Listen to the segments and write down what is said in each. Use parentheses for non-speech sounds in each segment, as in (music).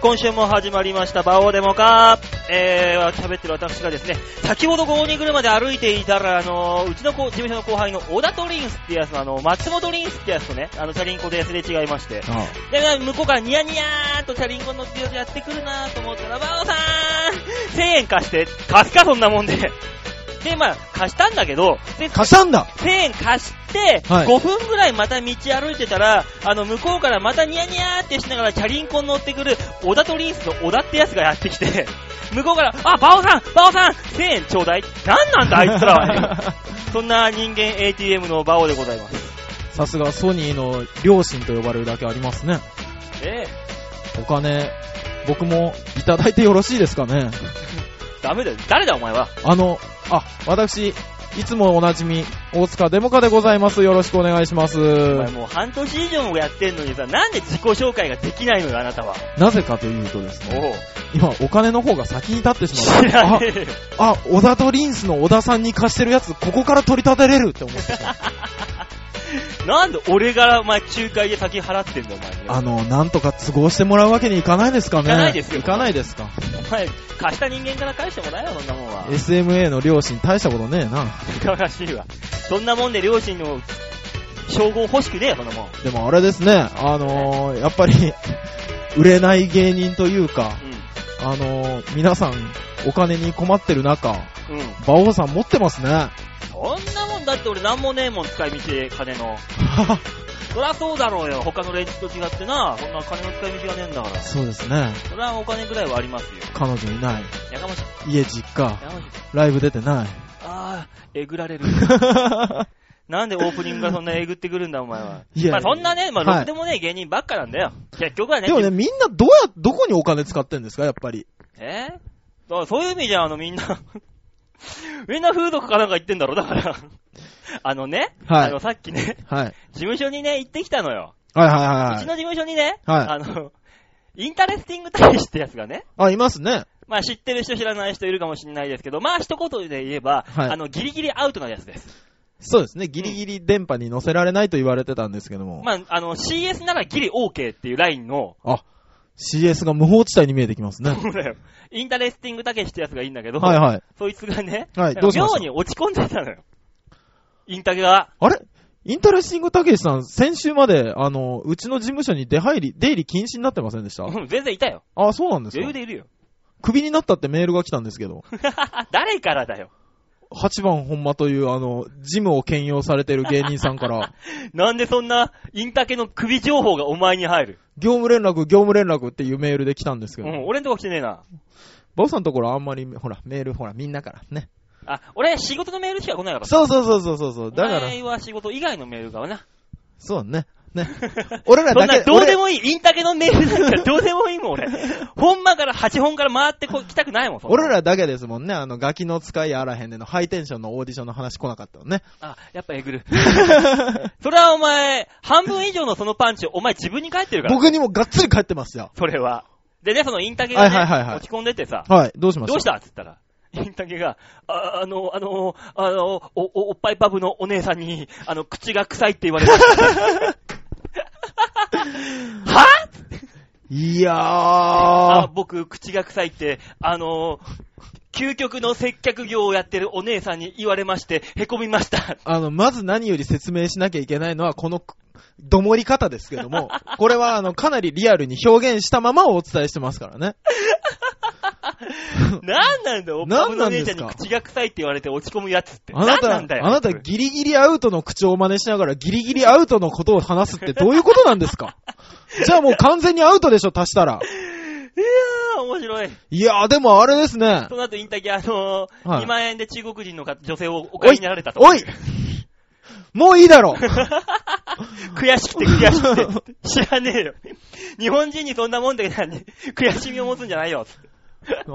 今週も始まりました、馬王デモカー。えー、喋ってる私がですね、先ほど5人車で歩いていたら、あのーうちの子事務所の後輩の小田トリンスってやつ、あの、松本リンスってやつとね、あの、チャリンコですれ違いまして、あで、なんか向こうからニヤニヤーっとチャリンコ乗ってやってくるなーと思ったら、バオさん !1000 円貸して、貸すかそんなもんで。で、まあ、貸したんだけど、で、貸したんだ1000円貸して、はい5分ぐらいまた道歩いてたら、あの、向こうからまたニヤニヤーってしながらチャリンコに乗ってくる、小田とリンスの小田ってやつがやってきて、 (laughs) 向こうから、あ、バオさんバオさん !1000 円ちょうだいなんなんだあいつらは、 (laughs) そんな人間 ATM のバオでございます。 (laughs) さすがソニーの両親と呼ばれるだけありますね。ええ、お金、僕もいただいてよろしいですかねダメだよ。誰だお前は。あの、あ、私、いつもおなじみ、大塚デモカでございます。よろしくお願いします。お前もう半年以上もやってんのにさ、なんで自己紹介ができないのよ、あなたは。なぜかというとですね、おう。今お金の方が先に立ってしまっ知た。らあね、えよ。 (laughs) あ、小田とリンスの小田さんに貸してるやつ、ここから取り立てれるって思ってた。なんで俺からお前仲介で先払ってんだよ、お前ね。あの、なんとか都合してもらうわけにいかないですかいね。かないですよいかないですか。お前、貸した人間から返してもらえよ、そんなもんは。 SMA の両親大したことねえな。いかがしいわ。そんなもんで両親の称号欲しくねえよ、そんなもん。でもあれですね、あのー、やっぱり、売れない芸人というか、あのー、皆さん、お金に困ってる中、うん。うん。馬王さん持ってますね。そんなもんだって俺なんもねえもん、使い道で金の。そりゃそうだろうよ。他の連中と違ってな。こんな金の使い道がねえんだから。 (laughs) そうですね。そりゃお金ぐらいはありますよ。彼女いない。やかましい。家実家。やかましい。ライブ出てない。あー、えぐられ (laughs) る。なんでオープニングがそんなえぐってくるんだ、お前は。いやまあそんなね、まあろはいくでもね、芸人ばっかなんだよ。結局はね。でもね、みんなどうや、どこにお金使ってんですか、やっぱり。えだからそういう意味じゃ、あのみんな、 (laughs) みんな風俗かなんか行ってんだろ、だから。あのね、はいあのさっきね、はい。事務所にね、行ってきたのよ。はいはういはちいはい。の事務所にね、はいあの、インタレスティング大使ってやつがね、あ、いますね。まあ知ってる人知らない人いるかもしれないですけど、まあ一言で言えば、はいあのギリギリアウトなやつです。そうですね。ギリギリ電波に乗せられないと言われてたんですけども。まああの CS ならギリ OK っていうラインの、あ、CS が無法地帯に見えてきますね。そうだよインタレスティングたけしってやつがいいんだけど、はいはい。そいつがね、はいなんどかうしまし妙たに落ち込んでたのよ。インタケが。あれインタレスティングたけしさん、先週まで、あの、うちの事務所に出入り、出入り禁止になってませんでしたうん全然いたよ。あ、そうなんです余か裕でいるよ。クビになったってメールが来たんです (laughs) けど、誰からだよ。 8番本間という、あの、ジムを兼用されてる芸人さんから、 (laughs) なんでそんな、インタケの首情報がお前に入る。業務連絡、業務連絡っていうメールで来たんですうけど、ん、俺んとこ来てねえな。バオさんのところあんまり、ほら、メール、ほら、みんなからね。あ、俺仕事のメールしか来ないから。そうそうそうそうそうそう、だかおら、前は仕事以外のメールがな。そうね。 (laughs) ね。俺らそんだなけ、どうでももいい、インタケのメールなんか (laughs) どうでもいいもん俺。ほんまから8本から回ってこ来たくないもん、そんな俺。らだけですもんね、あの、ガキの使いあらへんでのハイテンションのオーディションの話来なかったのね。あ、やっぱえぐる。 (laughs) それはお前、半分以上のそのパンチ、お前自分に返ってるから。僕にもがっつり帰ってますよ。それは。でね、そのインタケがね、はいはいはいはい落ち込んでてさ、はい、どうしましたどうしたって言ったら、インタケが、あ、あの、あの、あの、お、お、おっぱいパブのお姉さんに、あの、口が臭いって言われました。はいやー。あ僕、口が臭いって、あの、究極の接客業をやってるお姉さんに言われまして、へこみま (laughs) した。あの、まず何より説明しなきゃいけないのは、このく、どもり方ですけ (laughs) ども、これは、あの、かなりリアルに表現したままお伝えしてますからね。なんなんだよ、おっぱいパブのお姉ちゃんになんなんですか口が臭いって言われて落ち込むやつって。あななんた、なんだよ。あなたそれギリギリアウトの口調を真似しながら、ギリギリアウトのことを話すってどういうことなんで (laughs) すかじゃあもう完全にアウトでしょ、足したら。いやー、面白い。いやー、でもあれですね。その後インタビュー、あのーはい2万円で中国人のか女性をお買いになられたと。 (laughs) おいもういいだ (laughs) ろ悔しくて悔しくて。知らねえよ。日本人にそんなもんで、ね、悔しみを持つんじゃないよ。あの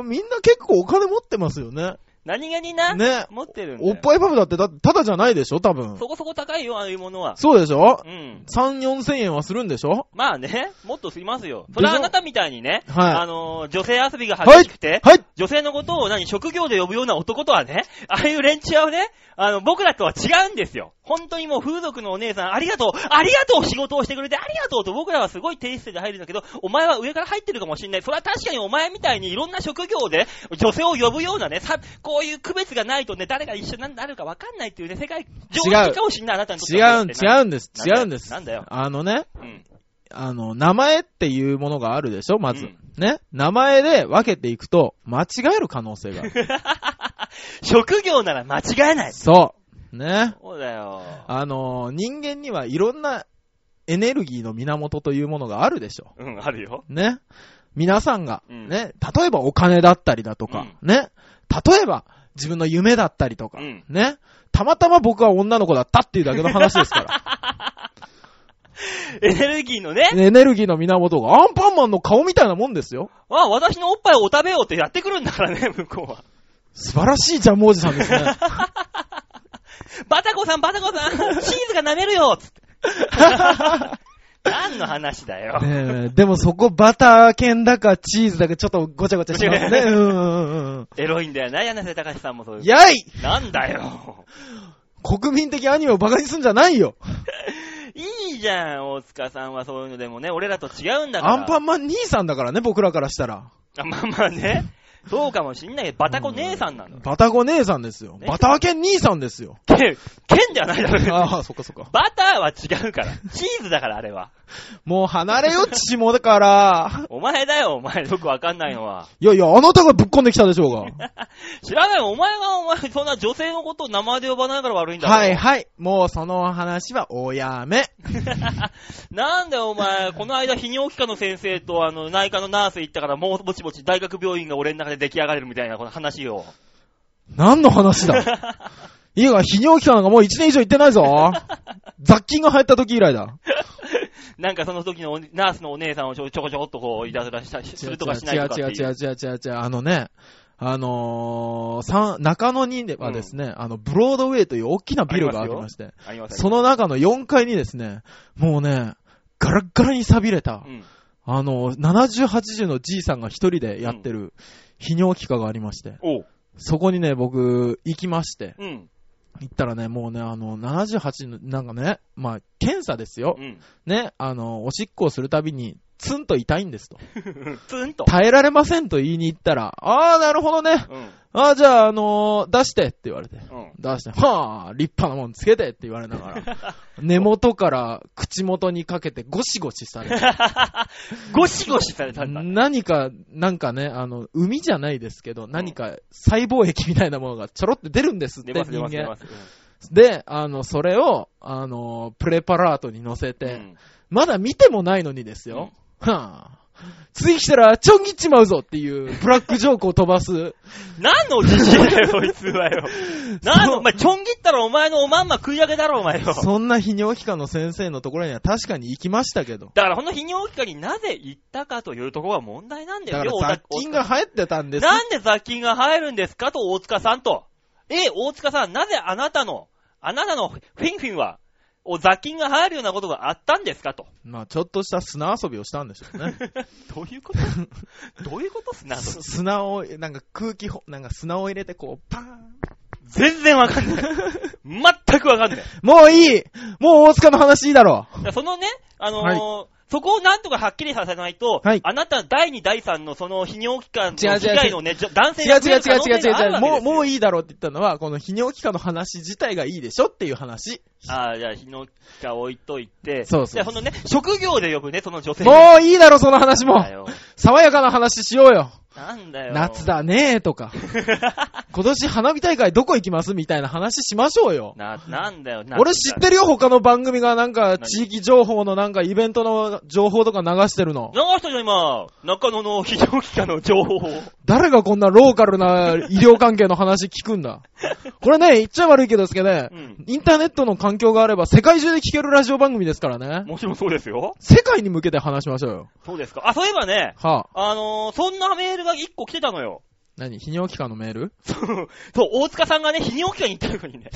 ー、みんな結構お金持ってますよね。何気にな、ね。持ってるんだおっよ。ぱいパブだって、だってただじゃないでしょ、多分。そこそこ高いよ、ああいうものは。そうでしょうん。 3、4千円はするんでしょまあね、もっとすいますよ。でしそょれはあなたみたいにね、はいあのー女性遊びが激しくて、はい女性の (laughs) ことを何、職業で呼ぶような男とはね、ああいう連中はね、あの、僕らとは違うんですよ。本当にもう風俗のお姉さん、ありがとうありがとう仕事をしてくれてありがとうと僕らはすごい低姿勢で入るんだけど、お前は上から入ってるかもしんない。それは確かにお前みたいにいろんな職業で女性を呼ぶようなね、さ、こういう区別がないとね、誰が一緒になるかわかんないっていうね、世界、常識かもしんないあなたにとって違はう、だってな違うんです、違うんです。なんだよあのね、うん。あの、名前っていうものがあるでしょ、まず。うんね。名前で分けていくと、間違える可能性 (laughs) がある。職業なら間違えない。そう。ね。そうだよ。あのー人間にはいろんなエネルギーの源というものがあるでしょ。うん、あるよ。ね。皆さんが、うんね。例えばお金だったりだとか、ね。例えば自分の夢だったりとか、うんね。たまたま僕は女の子だったっていうだけの話です (laughs) かエネルギーのね、ら。エネルギーの源がアンパンマンの顔みたいなもんですよ。わあ、私のおっぱいをお食べようってやってくるんだから (laughs) ね、向こうは。素晴らしいジャムおじさんで (laughs) すね。バタコさん、バタコさ (laughs) ん、チーズが舐めるよつって。何の話だよ。ねえ、でもそこバター犬だかチーズだかちょっとごちゃごちゃ (laughs) しますね。うんうんうんエロいんだよな、柳瀬隆さんもそうういん。う。やいなんだよ。国民的アニメをバカにすんじゃないよいいじゃん、大塚さんはそういうのでもね、俺らと違うんだから。アンパンンマン兄さんだからね、僕らからしたら。あ、まあまあね。そうかもしんないけど、バタコ姉さんなの。バタゴ姉さんですよ。ねバター犬兄さんですよ。けん、剣ではないだろ。ああ、そっかそっか。バターは違うから。チーズだから、あれは。もう離れよ、父もだから。お前だよ、お前。よくわかんないのは。 (laughs) いやいや、あなたがぶっこんできたでしょうが。知らないよお前がお前、そんな女性のことを名前で呼ばないから悪いんだろ。 (laughs) はいはい。もうその話はおやめ。なんだよお前、この間、泌尿器科の先生と、あの、内科のナース行ったから、もうぼちぼち大学病院が俺の中で出来上がれるみたいな、この話を。何の話 (laughs) だいいが、泌尿器科なんかもう1年以上行ってないぞ。雑菌が入った時以来だ。なんかその時のおナースのお姉さんをちょちょこちょこっとこう、いたずらしたりするとかしないとかって違う違いうう。違う違う違う違う、あのね、あのー、さん中野にはですね、あの、ブロードウェイという大きなビルがありまして、ありません。その中の4階にですね、もうね、ガラッガラに錆びれたう、ん。あの、70、80のじいさんが一人でやってる、泌尿器科がありまして、おう。そこにね、僕、行きまして、うん。行ったらね、もうね、あの、78の、なんかね、まあ、検査ですよう。ん。ね、あの、おしっこをするたびに、ツンと痛いんですと。ツンと。耐えられませんと言いに行ったら、あー、なるほどね。うん。あー、じゃあ、あのー出してって言われて。うん。出して、はあ、立派なもんつけてって言われなが (laughs) ら、根元から口元にかけてゴシゴシされて、ゴシゴシされたんだ。何か、なんかね、あの、海じゃないですけど、何か細胞液みたいなものがちょろって出るんですって、出ます出人ます出間ま。す。で、あの、それを、あの、プレパラートに乗せうんて、うんまだ見てもないのにですよ。はぁ。次来たら、ちょん切っちまうぞっていう、ブラックジョークを飛ばす。何の自信だよ、そいつは (laughs) よ。何の、お前、ちょん切ったらお前のおまんま食い上げだろ、お前よ。そんな泌尿器科の先生のところには確かに行きましたけど。だから、この泌尿器科になぜ行ったかというところが問題なんだだかよ。ら雑菌が入ってたん大です塚。なんで雑菌が入るんですかと、大塚さんと。え、大塚さん、なぜあなたの、あなたのフィンフィンは、お雑菌が入るようなことがあったんですかと。まあちょっとした砂遊びをしたんでしょう (laughs) ね。どういうこと (laughs) どういうことっすな、それす砂を、なんか空気ほ、なんか砂を入れてこう、パーン。全然わかんない。全くわかんない。だかもういいもう大塚の話いいだろうらそのね、あのーはいそこをなんとかはっきりさせないと、はいあなた第2、第3のその泌尿器官違うの違う被害のね、じょ男性違うが違う違う違う違う違う。もう、うもういいだろうって言ったのは、この泌尿器科の話自体がいいでしょっていう話。ああ、じゃあ、日の期置いといて。そうそうじゃあ、そのね、職業で呼ぶね、その女性。もういいだろ、その話もだよ爽やかな話しようよなんだよ。夏。だねーと (laughs) か。今年花火大会どこ行きますみたいな話しましょうよ。な、なんだよ、夏だ俺知ってるよ、他の番組がなんか地域情報のなんかイベントの情報とか流してる (laughs) の。流したじゃん、今。中野の非常機関の情 (laughs) 報を。誰がこんなローカルな医療関係の話聞くんだ。これね、言っちゃ悪いけどですけどねう、ん。インターネットの環境があれば世界中で聞けるラジオ番組ですからね。もちろんそうですよ。世界に向けて話しましょうよ。そうですか。あ、そういえばね、はあ、あのー、そんなメールが一個来てたのよ。何泌尿器科のメールそう、そう大塚さんがね、泌尿器科に行ったの (laughs) にね、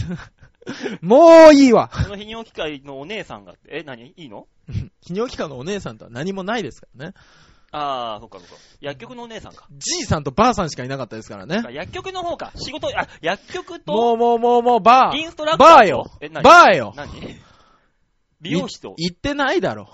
もういいわ。その泌尿器科のお姉さんが、え、何いいの泌尿器科のお姉さんとは何もないですからね。ああ、そっかそっか。薬局のお姉さんか。じいさんとばあさんしかいなかったですからね。薬局の方か。仕事、あ、薬局もと、うもうもうもう、ばあ。インストラクターと。ばあよ。え、何ばあよ。何美容師と。言ってないだろ。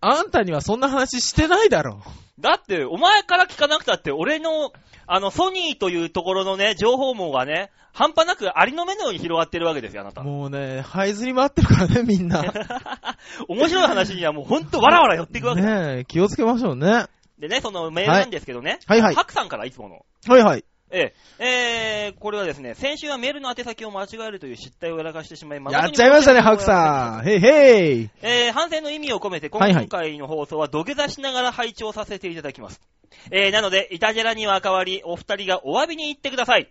あんたにはそんな話してないだろ。だって、お前から聞かなくたって、俺の、あの、ソニーというところのね、情報網がね、半端なくありの目のように広がってるわけですよ、あなた。もうね、這いずり回ってるからね、みんな。面白い話にはもうほんとわらわら寄っていくわけ。ねえ、気をつけましょうね。でね、そのメールなんですけどね。はいはいはいハクさんからいつもの。はいはい。ええ、えー、これはですね、先週はメールの宛先を間違えるという失態をやらかしてしまいまやっちゃいましたね、ハクん。さん。へいへい。えー、反省の意味を込めて、今はいはい回の放送は土下座しながら拝聴させていただきます。えー、なので、イタジェラには代わり、お二人がお詫びに行ってください。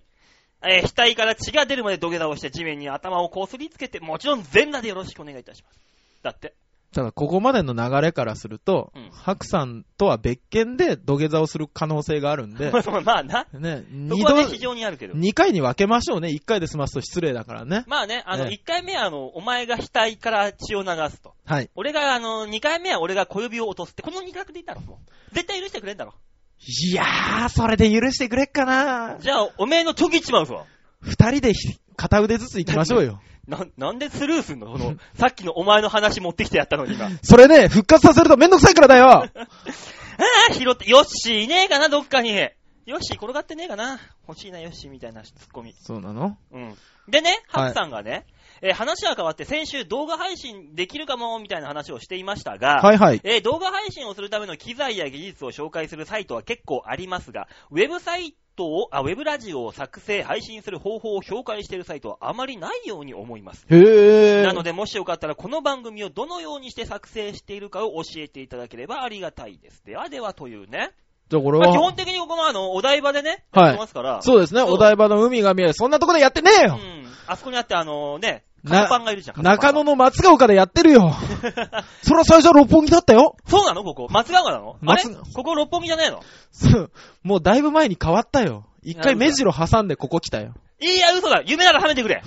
えー、額から血が出るまで土下座をして地面に頭をこすりつけて、もちろん全裸でよろしくお願いいたします。だって。ただ、ここまでの流れからするとうん、ハクさんとは別件で土下座をする可能性があるん (laughs) (laughs) でま、あまあな。ね、そ二こはね、度、非常にあるけど。二回に分けましょうね。一回で済ますと失礼だからね。まあね、あの、ええ1回目は、あの、お前が額から血を流すと。はい。俺が、あの、2回目は俺が小指を落とすって、この2択でいいだろ、もう。絶対許してくれんだろ。いやー、それで許してくれっかなじゃあ、おめえのチョキっちまうぞ。二人でひ片腕ずつ行きましょうよ。な、なんでスルーすんのそ (laughs) の、さっきのお前の話持ってきてやったのに今。あ (laughs) (laughs) それね、復活させるとめんどくさいからだよあ、拾って、ヨッシーいねえかな、どっかに。ヨッシー転がってねえかな。欲しいな、ヨッシーみたいなツッコミ。 (laughs) そうなのうん。でね、はいハクさんがね、えー話は変わって先週動画配信できるかも、みたいな話をしていましたが、はいはい。えー動画配信をするための機材や技術を紹介するサイトは結構ありますが、ウェブサイトを、あ、ウェブラジオを作成、配信する方法を紹介しているサイトはあまりないように思います。へー。なので、もしよかったら、この番組をどのようにして作成しているかを教えていただければありがたいです。ではではというね。じゃあこれまあ、は、基本的にここもあの、お台場でね、はいやってますから。そうですね、そうお台場の海が見える。そんなとこでやってねえうよ、ん。あそこにあって、あのね、なカノパンがいるじゃん。中野の。の松ヶ丘でやってるよ (laughs) そら最初は六本木だったよそうなのここ。松ヶ丘なのあれ松ここ六本木じゃないのそうもうだいぶ前に変わったよ。一回な目るほ白挟んでここ来たよ。いや、嘘だ。夢ならはめてくれ。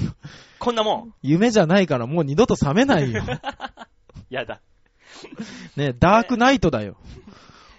こんなもん。夢じゃないからもう二度と覚めな (laughs) いよ。やだ。ねダークナイトだよ。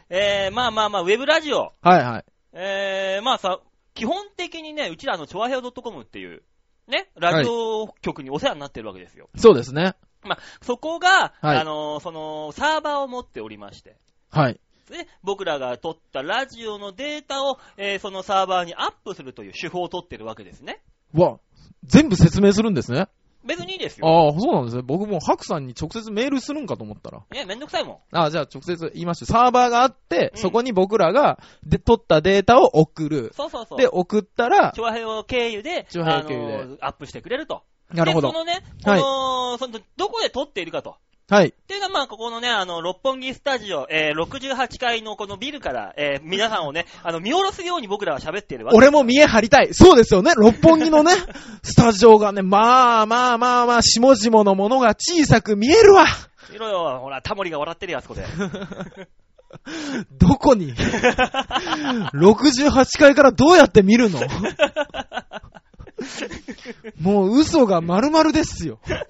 えー、まあまあまあ、ウェブラジオ。はいはい。えー、まあさ、基本的にね、うちらあの、チョアヘオ .com っていう、ね、ラジオ局にお世話になってるわけですよ。そうですね。まあ、そこが、はいあのーその、サーバーを持っておりまして、はい。で僕らが撮ったラジオのデータを、えーそのサーバーにアップするという手法を取ってるわけですね。わ、全部説明するんですね。別にいいですよ。ああ、そうなんですね。僕もうハクさんに直接メールするんかと思ったら。ね、めんどくさいもん。ああ、じゃあ直接言いました。サーバーがあって、うんそこに僕らがで取ったデータを送る。そうそうそう。で、送ったら、チョアヘオ経由で、チョアヘオ経由であのーアップしてくれると。なるほで、どそ。のね、こはいの、その、どこで撮っているかと。はい。っていうのは、まあ、ここのね、あの、六本木スタジオ、えー、68階のこのビルから、えー皆さんをね、あの、見下ろすように僕らは喋っているわけ俺も見え張りたい。そうですよね。六本木 (laughs) のね、スタジオがね、まあまあまあまあ、下々のものが小さく見えるわ。見ろよ、ほら、タモリが笑ってるよ、あそこで。どこ (laughs) に ?68 階からどうやって見るのもう嘘が丸々ですよ。で、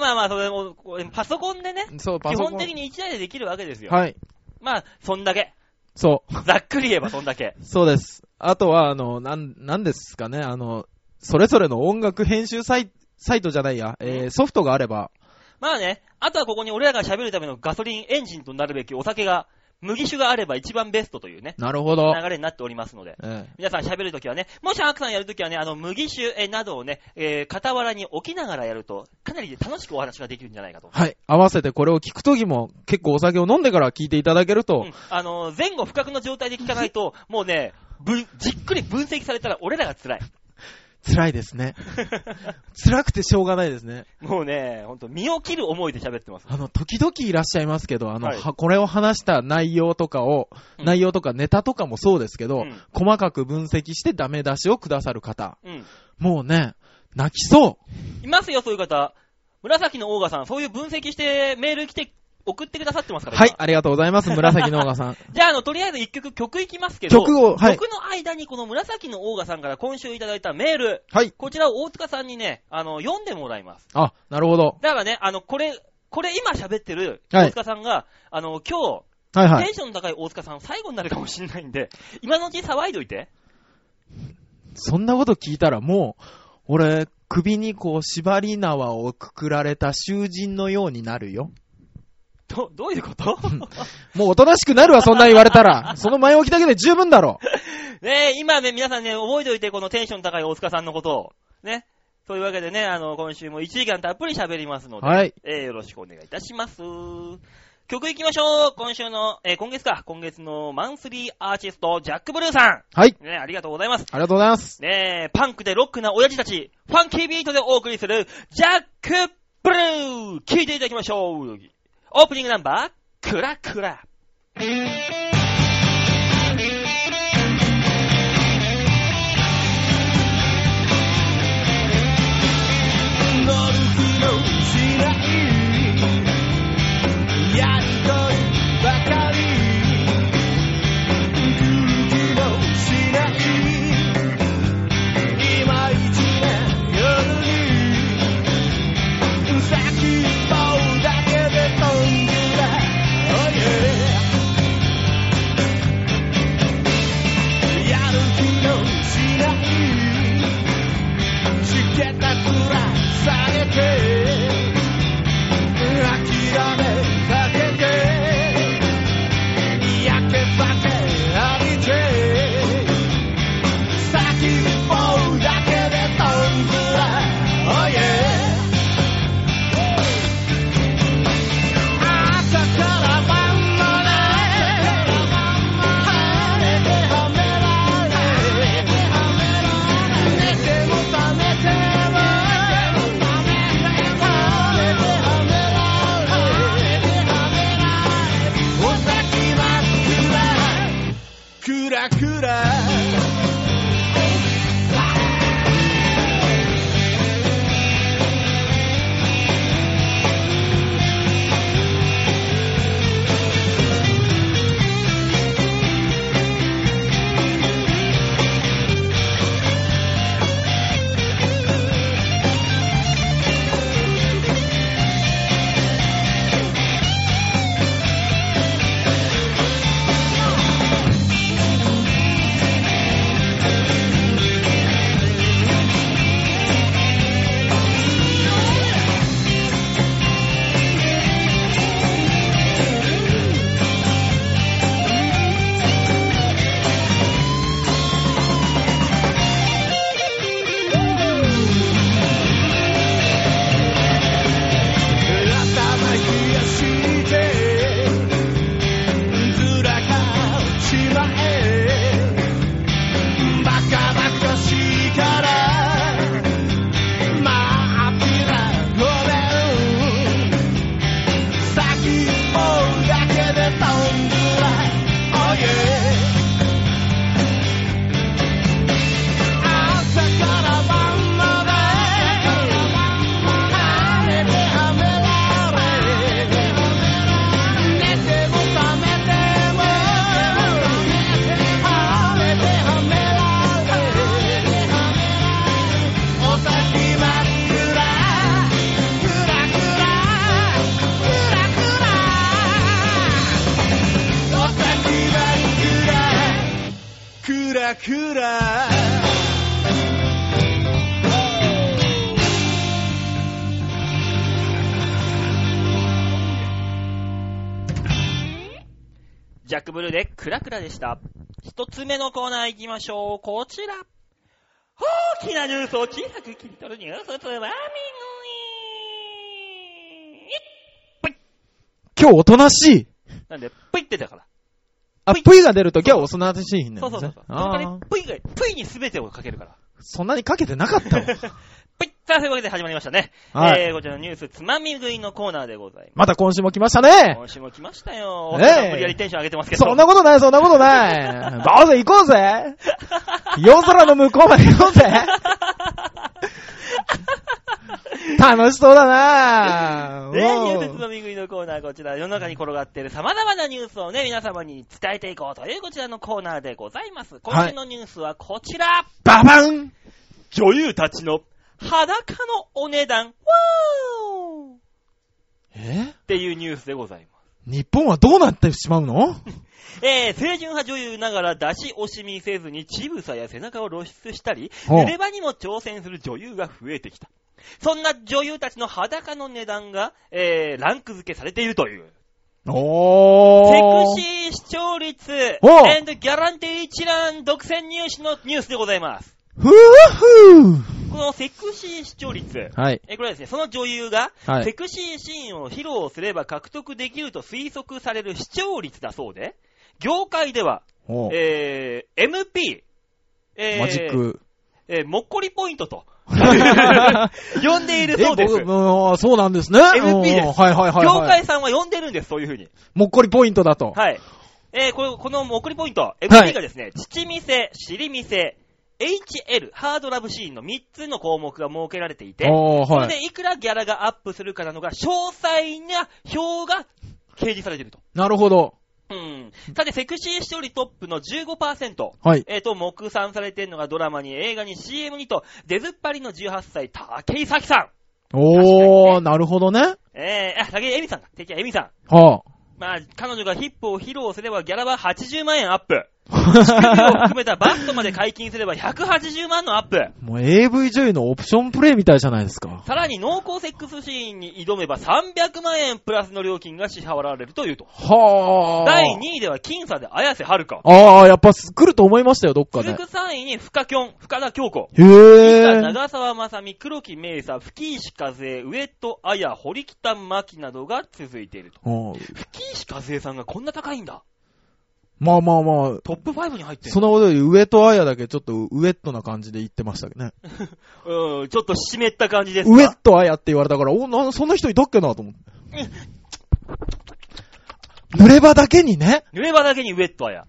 まあまあ、それも、こうパソコンでね、そう、パ基ソコン。本的に1台でできるわけですよ。はい。まあ、そんだけ。そう。ざっくり言えばそんだけ。そうです。あとは、あの、なん、なんですかね、あの、それぞれの音楽編集サイサイトじゃないや、えー、ソフトがあれば、まあね、あとはここに俺らが喋るためのガソリンエンジンとなるべきお酒が、麦酒があれば一番ベストというね、なるほど。流れになっておりますので。え皆さん喋るときはね、もしハクさんやるときはね、あの、麦酒えなどをね、えー、傍らに置きながらやると、かなり楽しくお話ができるんじゃないかと。ーはい。合わせてこれを聞くときも、結構お酒を飲んでから聞いていただけるうと、ん、あの、前後不覚の状態で聞かないと、もうね、ぶじっくり分析されたら俺らが辛い。辛いで (laughs) すね。辛くてしょうがないですね。もうね、ほんと、身を切る思いで喋ってます。あの、時々いらっしゃいますけど、あの、はいはこれを話した内容とかを、うん内容とかネタとかもそうですけど、うん細かく分析してダメ出しをくださる方。うん。もうね、泣きそう。いますよ、そういう方。紫のオーガさん、そういう分析してメール来て、送ってくださってますから。今はい、ありがとうございます、紫農家 (laughs) さん。じゃあ、あの、とりあえず一曲曲いきますけど、曲を、はい。曲の間にこの紫のオーガさんから今週いただいたメール、はい。こちらを大塚さんにね、あの、読んでもらいます。あ、なるほど。だからね、あの、これ、これ今喋ってるはい大塚さんが、あの、今日、はいはテい。ンションの高い大塚さん最後になるかもしれないんで、今のうちに騒いどいて。そんなこと聞いたらもう、俺、首にこう、縛り縄をくくられた囚人のようになるよ。ど、どういうこともうおとなしくなるわ、そんな言われ (laughs) たら。その前置きだけで十分だろ。ねえ、今ね、皆さんね、覚えておいて、このテンション高い大塚さんのことを。ね。というわけでね、あの、今週も1時間たっぷり喋りますので、はい。えーよろしくお願いいたします。曲行きましょう今週の、えー今月か、今月のマンスリーアーティスト、ジャック・ブルーさはい。ん。ねありがとうございます。ありがとうございます。ねえ、パンクでロックな親父たち、ファンキービートでお送りする、ジャック・ブルー聴いていただきましょうオープニングナンバー、クラクラ。乗る気もしないやりとりばかり来る気もしない今一な夜に先っぽだけで飛んでた Oh yeah やる気もしないしけたくら下げて諦めかけてやけばけ歩いて先に追うだけで飛んずら Oh yeah 朝から晩まで晴れてはめられ「寝ても覚めても」「寝ても覚めても」「晴れてはめられ」「お先はくらくらくら」頭冷やしてずらかちまえバカバカしいからまあ諦める先追うだけで飛んでないおい朝から晩まで晴れてはめられ」「寝ても覚めても」「晴れてはめられ」「お先真っ暗」「くらくらくらくら」「お先真っ暗」「くらくら」Oh. ジャックブルーでクラクラでした。一つ目のコーナー行きましょう。こちら。大きなニュースを小さく切り取るニュースつまみ食今日おとなしい。いなんで、ぷいってだから。あ、ぷいぷいが出るときはおとなしいんだそうよそうそうねそう。。本当あにーぷいが、ぷいに全てをかけるから。そんなにかけてなか (laughs) (laughs) ったわ。ぷいさあ、そういうわけで始まりましたね。はいえー、こちらのニュースつまみ食いのコーナーでございままた今週も来ましたね。す。今週も来ましたよ。ねえ無理やりテンション上げてますけど。そんなことない、そんなこ (laughs) とない。どうぜ行こうぜ。夜空の向こうまで行こうぜ。 (laughs) 楽しそうだなね、ニュもースつうまみ食いのコーナー、こちら、世の中に転がっている様々なニュースをね、皆様に伝えていこうというこちらのコーナーでございます。今週のニュースはこちら、ババン女優たちの裸のお値段、わーっえていうニュースでございます。日本はどうなってしまうのえー、清純派女優ながら出し惜しみせずに乳房や背中を露出したり、おう濡れ場にも挑戦する女優が増えてきた。そんな女優たちの裸の値段が、えー、ランク付けされているという。セおクシー視聴率、エおうンドギャランティー一覧独占入手のニュースでございます。ふーふこのセクシー視聴率、ーはい。えーこれはですね、その女優が、はいセクシーシーンを披露すれば獲得できると推測される視聴率だそうで、業界では、おえー、MP、えーマジッ、ク。えー、もっこりポイントと、 (laughs) 呼んでいるそうです。え僕もそうなんですね。 MP ですおーはいはいはい、業はい。界さんは呼んでるんです、そういうふうに。もっこりポイントだと。はい。えー、これこのもっこりポイント、はい MP がですね、父店、尻店、HL、ハードラブシーンの3つの項目が設けられていて、おーそれはい。でいくらギャラがアップするかなのが、詳細な表が掲示されていると。なるほど。うん。さて、セクシー視聴率トップの15%。はい。えっ、と、目算されてるのがドラマに、映画に、CM にと、出ずっぱりの18歳、竹井咲さん。おー、なるほどね。えー、あ、竹井恵美さんだ。竹井恵美さん。はまあ、彼女がヒップを披露すればギャラは80万円アップ。首をあ含。めたバストまで解禁すれば180万のアップ。 (laughs) もう AV 女優のオプションプレイみたいじゃないですか。さらに濃厚セックスシーンに挑めば300万円プラスの料金が支払われるというと。はあ。第2位では僅差で綾瀬はるか。ああ、やっぱす来ると思いましたよ、どっかで続。く3位に深きょん、深田京子。へ以下え。長澤まさみ、黒木メイサ、吹石和恵、上戸彩、堀北真希などが続いていると。うん吹石和恵さんがこんな高いんだ。まあまあまあ、トップ5に入ってんそのんなことより上とあやだけちょっとウエットな感じで言ってましたけどね。うん、ちょっと湿った感じですかウエットあやって言われたから、お、なそんな人いたっけなと思って。濡れ場だけにね、濡れ場だけにウエット綾。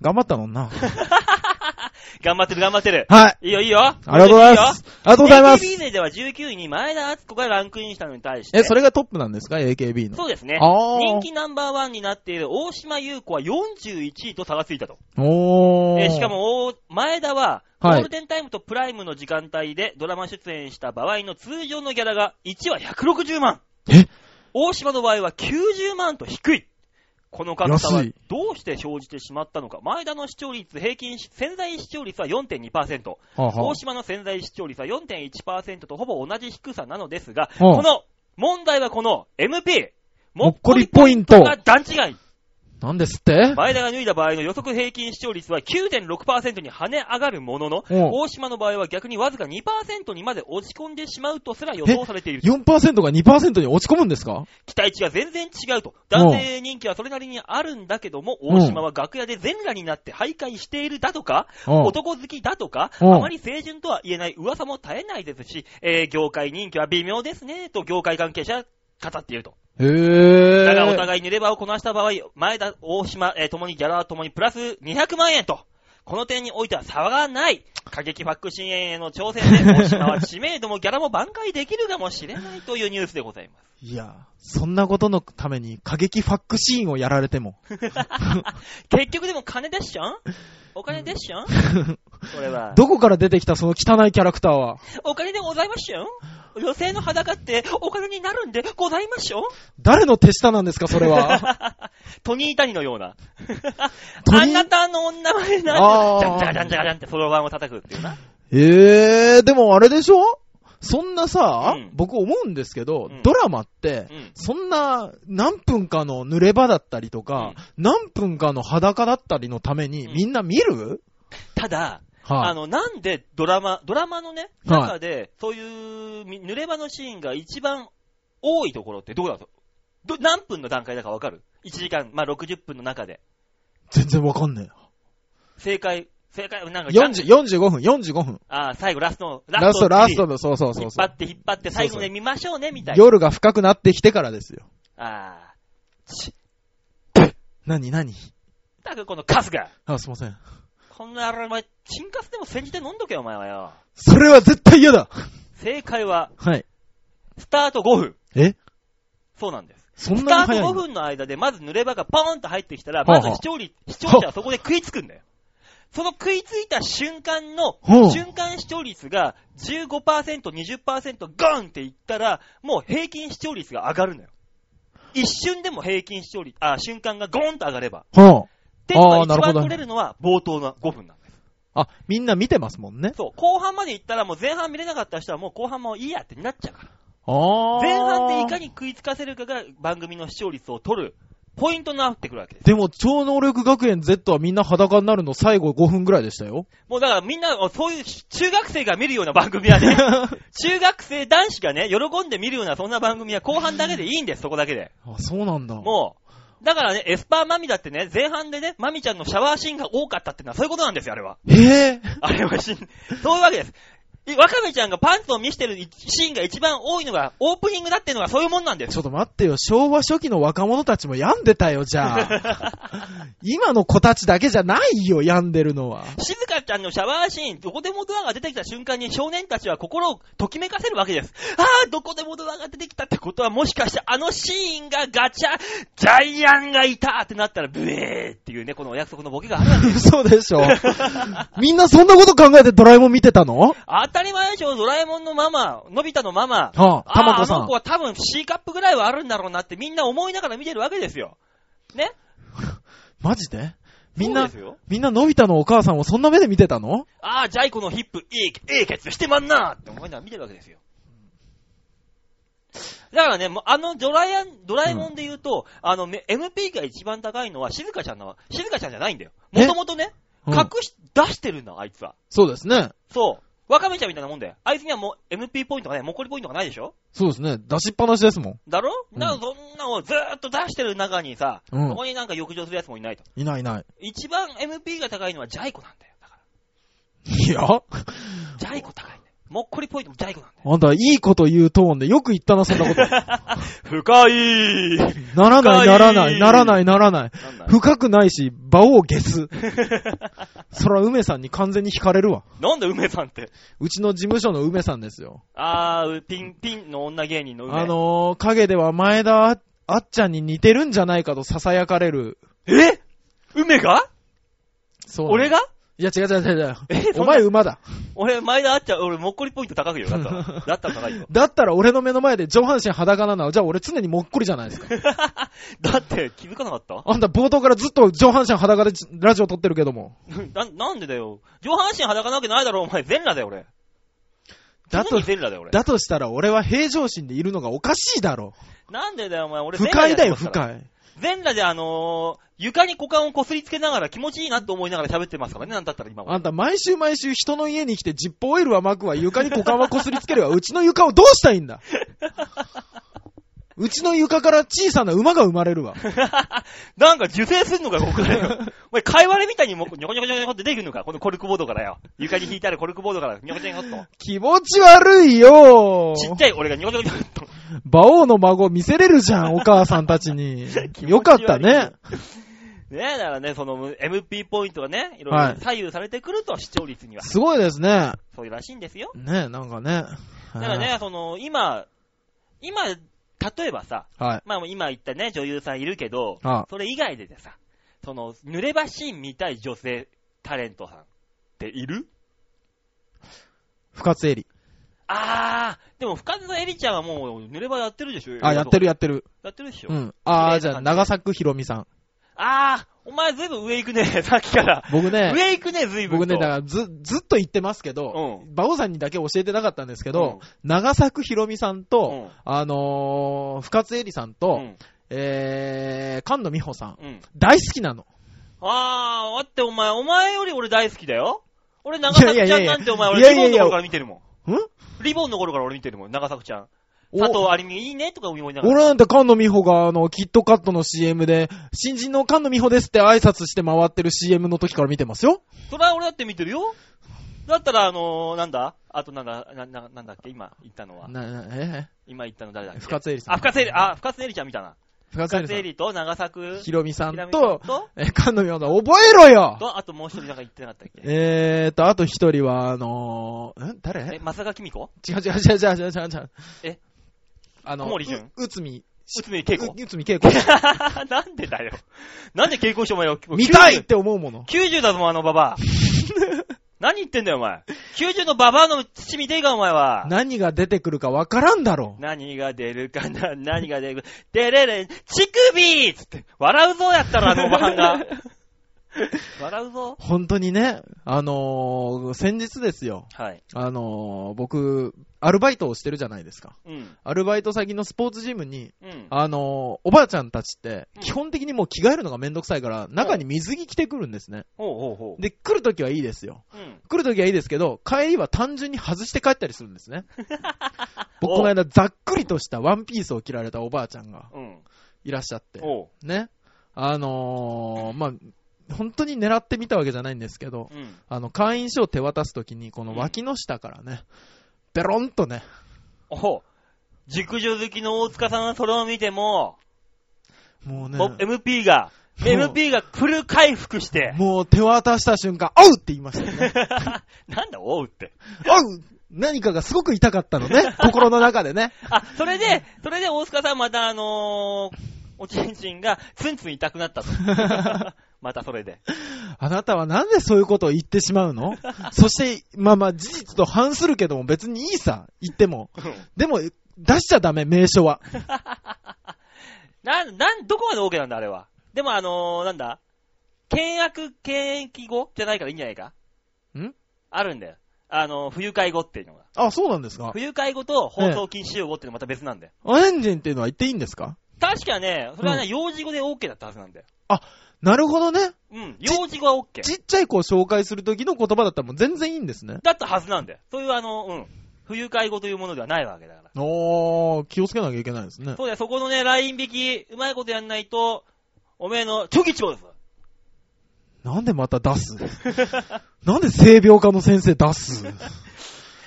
頑張ったのにな。頑張ってる頑張ってる。はい。いいよいいよ。あありがとうございます。ありがとうございま AKB す。勢では19位に前田敦子がランクインしたのに対して。え、それがトップなんですか ?AKB の。そうですね。あー人気ナンバーワンになっている大島優子は41位と差がついたと。おー。えーしか、も、お前田は、ゴはいールデンタイムとプライムの時間帯でドラマ出演した場合の通常のギャラが1は160万。え大島の場合は90万と低い。この格差は安いどうして生じてしまったのか。前田の視聴率、平均し、潜在視聴率は4.2%。はあは大島の潜在視聴率は4.1%とほぼ同じ低さなのですが、うんこの問題はこの MP、もっこりポイントが段違い。あ、なんですって前田が脱いだ場合の予測平均視聴率は9.6%に跳ね上がるものの、うん大島の場合は逆にわずか2%にまで落ち込んでしまうとすら予想されている。 4%が2%に落ち込むんですか期待値が全然違うと。男性人気はそれなりにあるんだけども、うん大島は楽屋で全裸になって徘徊しているだとか、うん男好きだとか、うんあまり清純とは言えない噂も絶えないですし、えー業界人気は微妙ですね、と業界関係者は語っていると。へー。だがお互い濡れ場をこなした場合、前田、大島、えー、共にギャラは共にプラス200万円と。この点においては差がない。過激ファック支援への挑戦 (laughs) で、大島は知名度もギャラも挽回できるかもしれないというニュースでございます。いや、そんなことのために過激ファックシーンをやられても。結局でも金でっしょんお金でっしょんこれは。どこから出てきたその汚いキャラクターは。お金でございましょん女性の裸ってお金になるんでございましょん誰の手下なんですか、それは。トニー・タニのような。ニー (laughs) あなたの女前なんあーて、じゃんじゃかじゃんじゃかじゃんってそろばんを叩くっていうな。えー、でもあれでしょそんなさ、うん僕思うんですけど、うんドラマって、うんそんな何分かの濡れ場だったりとか、何分かの裸だったりのためにうんみんな見る、ただ、はい、あの、なんでドラマ、ドラマのね、はい中で、そういうみ濡れ場のシーンが一番多いところってどこだとど何分の段階だかわかる ?1 時間、まあ、60分の中で。全然わかんね正解、正解、なんかえ。、40 45分、45分。あー最後ラスト、ラスト、ラストのの、そうそう次引っそう張そう。って引っ張って最後で見ましょうね、みたいな。夜が深くなってきてからですよ。あーち何何ったくこのカスが。あ、すいません。こんな野郎お前、チンカスでも煎じて飲んどけよ、お前はよ。それは絶対嫌だ正解は、はい。スタート5分。えそうなんです。そんスタなにート早い5の分の間で、まず濡れ場がポーンと入ってきたら、はあはまあず視聴率、視聴者はそこで食いつくんだよ。その食いついた瞬間のほう、瞬間視聴率が15%、20%、ガーンっていったら、もう平均視聴率が上がるのよ。一瞬でも平均視聴率、あ、瞬間がゴーンと上がれば、ほう。点が一なるほ番ど取れるのは冒頭の5分なんです。あ、みんな見てますもんね。そう、後半まで行ったらもう前半見れなかった人はもう後半もいいやってなっちゃうから。ああ。前半でいかに食いつかせるかが番組の視聴率を取るポイントになってくるわけです。でも、超能力学園 Z はみんな裸になるの最後5分ぐらいでしたよ。もうだからみんな、そういう中学生が見るような番組はね、あ、中学生男子がね、喜んで見るようなそんな番組は後半だけでいいんです、そこだけで。そうなんだ。もう、だからね、エスパーマミだってね、前半でね、マミちゃんのシャワーシーンが多かったってのはそういうことなんですよ、あれは。へえ。あれはしん、そういうわけです。いワカメちゃんがパンツを見せてるシーンが一番多いのが、オープニングだってのがそういうもんなんですちょ。っと待ってよ、昭和初期の若者たちも病んでたよ、じゃあ。 (laughs) 今の子たちだけじゃないよ、病んでるのは。 (laughs) 静香ちゃんのシャワーシーン、どこでもドアが出てきた瞬間に少年たちは心をときめかせるわけです。ああ、どこでもドアが出てきたってことはもしかしてあのシーンがガチャ、ジャイアンがいたってなったらブエーっていうね、このお約束のボケがある (laughs) わけです。嘘でしょ。みんなそんなこと考えてドラえもん見てたの当たり前でしょ、ドラえもんのママ、のび太のママ。はあ、たまあこあさあのん子。は多分 C カップぐらいはあるんだろうなってみんな思いながら見てるわけですよ。ねマジでみんなそうです、よみんなのび太のお母さんをそんな目で見てたのああ、ジャイコのヒップ、いい、ええケツしてまんなーって思いながら見てるわけですよ。だからね、もうあのドラえん、ドラえもんで言うと、あの、め MP が一番高いのは静香ちゃんの、静香ちゃんじゃないんだよ。もえともとね、うん隠し、出してるんだ、あいつは。そうですね。そう。ワカメちゃんみたいなもんだよ。あいつにはもう MP ポイントがない、もこりポイントがないでしょそうですね。出しっぱなしですもだろうんだからそんなのをずーっと出してる中にさ、ん。うそん。こになんか浴場するやつもいないと。いないいない。一番 MP が高いのはジャイコなんだよ。だかいや、ら、ジャイコ高いんだよ。もっこりポイントもジャイコなんだよ。あんたいいこと言うトーンでよく言ったな、そ (laughs) んなこと。深いーならな深い、ないらない、ならない、ならない。なんだ深くないし、場をゲス。そら、梅さんに完全に惹かれるわ。なんだ梅さんって。うちの事務所の梅さんですよ。あー、ピン、ピンの女芸人の梅。あ、のー、影では前田ああっちゃんに似てるんじゃないかと囁かれる。え梅がそう。俺がいや、違う違う違う違う。えそんなお前馬だ。俺、前田あっちゃん、俺、もっこりポイント高いよ。だった (laughs) ら、だったら高いよ。だったら俺の目の前で上半身裸なのは、じゃあ俺常にもっこりじゃないですか。 (laughs) だって、気づかなかったあんた冒頭からずっと上半身裸でラジオ撮ってるけども。な、なんでだよ。上半身裸なわけないだろ、お前。全裸だよ、俺。だ常とに、全裸だよ、俺。だとしたら俺は平常心でいるのがおかしいだろ。なんでだよ、お前。俺、不快だ全よ、不裸だ。快。全裸で、あのー、床に股間をこすりつけながら気持ちいいなって思いながら喋ってますからね、なんだったら今あは。んた毎週毎週人の家に来てジッポーオイルは巻くわ、床に股間は擦りつけるわ、うちの床をどうしたい (laughs) んだうちの床から小さな馬が生まれるわ。 (laughs) なんか受精すんのか、ここからよ。お前、かいわれみたいにもう、にょこにょこにょこにょこって出てくるのか、このコルクボードからよ。床に引いてあるコルクボードから、にょこにょこにょこっと。気持ち悪いよ (laughs) ちっちゃい俺がにょこにょこにょこっ馬王の孫見せれるじゃん、お母さんた (laughs) ち気持にち。悪いよかったね。と。ねえ、だからね、その、MP ポイントがね、いろはいいろ左右されてくると、視聴率には。すごいですね。そういうらしいんですよ。ねなんかね。だからね、その、今、今、例えばさ、はい。まあ今言ったね、女優さんいるけど、あそれ以外ででさ、その、濡ればシーン見たい女性タレントさんっている深津絵里。あー、でも深津のエリちゃんはもう濡れ場やってるでしょあ、やってる。るやってる。やってるでしょ、うん。あー、綺麗な感じじゃあ、長作ひろみさん。あー、お前ずいぶん上行くね、 (laughs) さっきから。僕ね、上行くね、ずいぶん僕と。ね、だからず、ずっと言ってますけど、う馬王さんにだけ教えてなかったんですけど、長作ひろみさんうと、ん。あのー、深津絵里さんうと、ん。えー、菅野美穂さん。うん。大好きなの。あー、待って、お前、お前より俺大好きだよ。俺、長作ちゃんなんてお前、い俺、やいリやボいンのや頃から見てるもん。んリボンの頃から俺見てるもん、長作ちゃん。お佐藤有美いいねとか思いながら。俺なんて菅野美穂があの、キットカットの CM で、新人の菅野美穂ですって挨拶して回ってる CM の時から見てますよ。それは俺だって見てるよ。だったら、あのー、なんだあとなんだ、な、な、なんだっけ今言ったのは。な、な、え今言ったの誰だっえけ深津絵里さあ、ん。深津絵里、あ、深津絵里ちゃん見たな。深津深絵津里さ絵ん。里と長作、ひろみさんひらめと、と、え、菅野美穂さん、覚えろよと、あともう一人なんか言ってなかったっけえーと、あと一人は、あのー、ん誰え、松坂君子違う違う違う違う違う違う違う。えあの、小森純うつみ、内海恵子。ううつみ稽古。 (laughs) なんでだよ。なんで稽古してお前よ。見たいっ90て思うもの。 (laughs) !90 だぞ、もうあのババア。何言ってんだよ、お前。 90のババアの父見ていか、お前は。何が出てくるかわからんだろう。何が出るかな何が出るか。でれれ、乳首つって、笑うぞやったら、あのおばはん (laughs) が。笑うぞ。本当にね、あのー先日ですよ。はい。あのー僕、アルバイトをしてるじゃないですか。うん。アルバイト先のスポーツジムに、うん。あのーおばあちゃんたちってう、ん基本的にもう着替えるのがめんどくさいから、中に水着着てくるんですね。ほうほうほで、来るときはいいですよ。う。うん。来るときはいいですけど、帰りは単純に外して帰ったりする (laughs) んですね。僕、おこの間、ざっくりとしたワンピースを着られたおばあちゃんがうん。いらっしゃって、おう。ね。あのーまあ、本当に狙ってみたわけじゃないんですけど、うん。あの、会員証を手渡すときに、この脇の下からね、ベロンとね、おう。熟女好きの大塚さんはそれを見ても、もうね、お MP が、もう MP がフル回復して、 (laughs) もう手渡した瞬間、おうって言いましたよね。なんだ、おうって。おう何かがすごく痛かったのね、心の中でね。あ、それで、それで大塚さんまたあのー、おちんちんがツンツン痛くな (laughs) ったと。またそれで。あなたはなんでそういうことを言ってしまう (laughs) のそして、まあまあ事実と反するけども別にいいさ、言っても。でも、出しちゃダメ、名称は。なん、なん、どこまで OK なんだ、あれは。でもあのー、なんだ倹約、検疫語じゃないからいいんじゃないかんあるんだよ。あのー、不愉快語っていうのが。あ、そうなんですか不愉快語と放送禁止用語っていうのまた別なんだよ。エンジンっていうのは言っていいんですか確かね、それはね、う幼児語で OK だったはずなんだよ。なるほどね。うん、幼児語は OK。ちっちゃい子を紹介する時の言葉だったらもう全然いいんですね。だったはずなんだよ。そういうあの、うん、不愉快語というものではないわけだから。おー、気をつけなきゃいけないですね。そうだよ、そこのね、ライン引き、うまいことやんないと、おめえの、チョキチョです。なんでまた出 (laughs) すなんで性病科の先生出す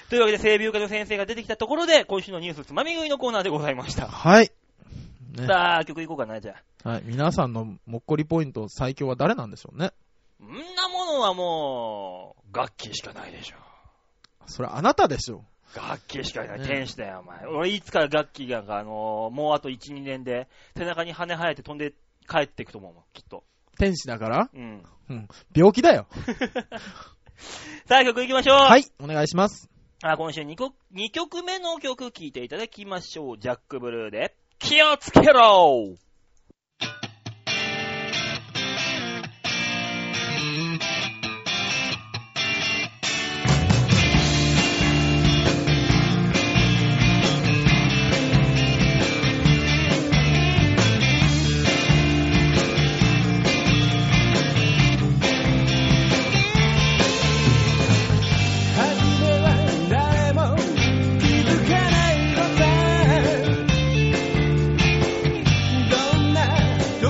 というわけで、性病科の先生が出てきたところで、今週のニュースつまみ食いのコーナーでございました。 (laughs) はい。ねさあ、曲いこうかな、じゃあ。はい。皆さんのもっこりポイント最強は誰なんでしょうね。んなものはもう、楽器しかないでしょ。それあなたでしょ楽器しかない。ね天使だよ、お前。俺、いつから楽器が、あのーもうあと1、2年で、背中に羽生えて飛んで帰っていくと思うもん、きっと。天使だからうん。うん。病気だよ。さあ、曲いきましょう。ははい。お願いします。あ今週 2, 曲二曲目の曲聴いていただきましょう。ジャック・ブルーで、気をつけろ初めは誰も気づかないのさど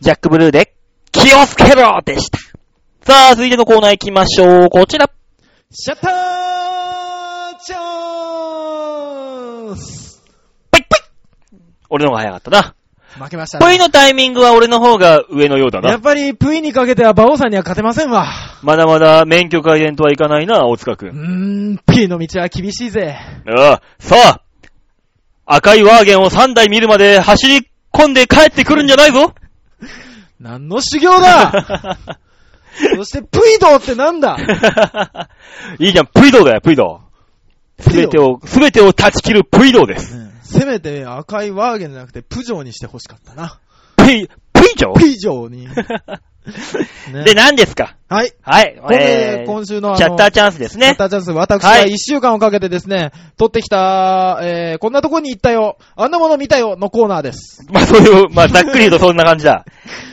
ジャックブルーで、気をつけろでした。さあ、続いてのコーナー行きましょう。こちら。シャッターチャンスパイパイ俺の方が早かったな。負けましたポイね。のタイミングは俺の方が上のようだやっな。ぱり、プイにかけては馬王さんには勝てませんわ。まだまだ免許改善とはいかないな、大塚く。うんーん、P の道は厳しいぜ。ああ、さあ、赤いワーゲンを3台見るまで走り込んで帰ってくるんじゃないぞ。何の修行 (laughs) だそして、プイドーってなんだ (laughs) いいじゃん、プイドーだよ、プイドー。すべてを、すべてを断ち切るプイドーです。せめて赤いワーゲンじゃなくて、プジョーにしてほしかったな。プイ、プイジョープイジョ (laughs) ーに。ねで、何ですかはい。はい、これでえー今週のあのチャッターチャンスですシャねッ。ターチャンス、私ははい一週間をかけてですね、撮ってきた、えー、こんなとこに行ったよ、あんなもの見たよ、のコーナーです。 (laughs) まあ、そういう、まあ、ざっくり言うとそんな感じだ。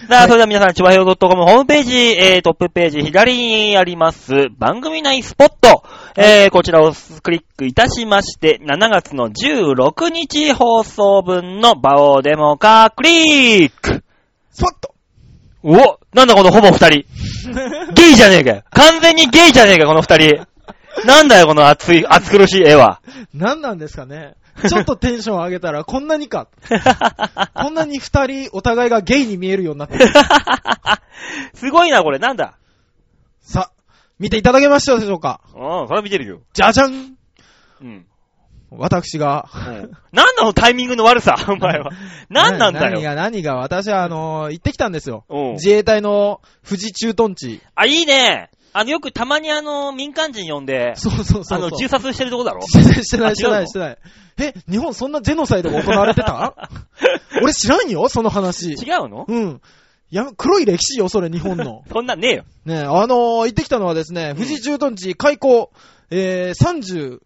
さあ、 (laughs) はいそれでは皆さん、ちばひょう .com ホームページ、えー、トップページ左にあります、番組内スポット、えー、こちらをクリックいたしまして、7月の16日放送分の場をデモ化クリックスポッとおなんだこのほぼ二人。ゲイじゃねえかよ完全にゲイじゃねえか、この二人。なんだよ、この熱い、熱苦しい絵 (laughs) は。 (laughs) 何なんですかねちょっとテンション上げたら、こんなにか。こんなに二人、お互いがゲイに見えるようになってる。すごいな、これ。なんださ、見ていただけましたでしょうかうん、それ見てるよ。じゃじゃんうん。私が。なんだこのタイミングの悪さ、お前は。なんなんだ何よ。が何が、私はあのー行ってきたんですよ。うん。自衛隊の富士駐屯地。あ、いいね。あの、よくたまにあの、民間人呼んで、そうそうそうそう。あの、銃殺してるとこだろしてない、してなあい、して違うなのい、してない。え、日本そんなジェノサイドが行われて (laughs) た俺知らんよ、その話。違うの。うん。や、黒い歴史よ、それ、日本の (laughs) そんなんねえよ。ねえあのー、行ってきたのはですね、富士駐屯地開港、えー、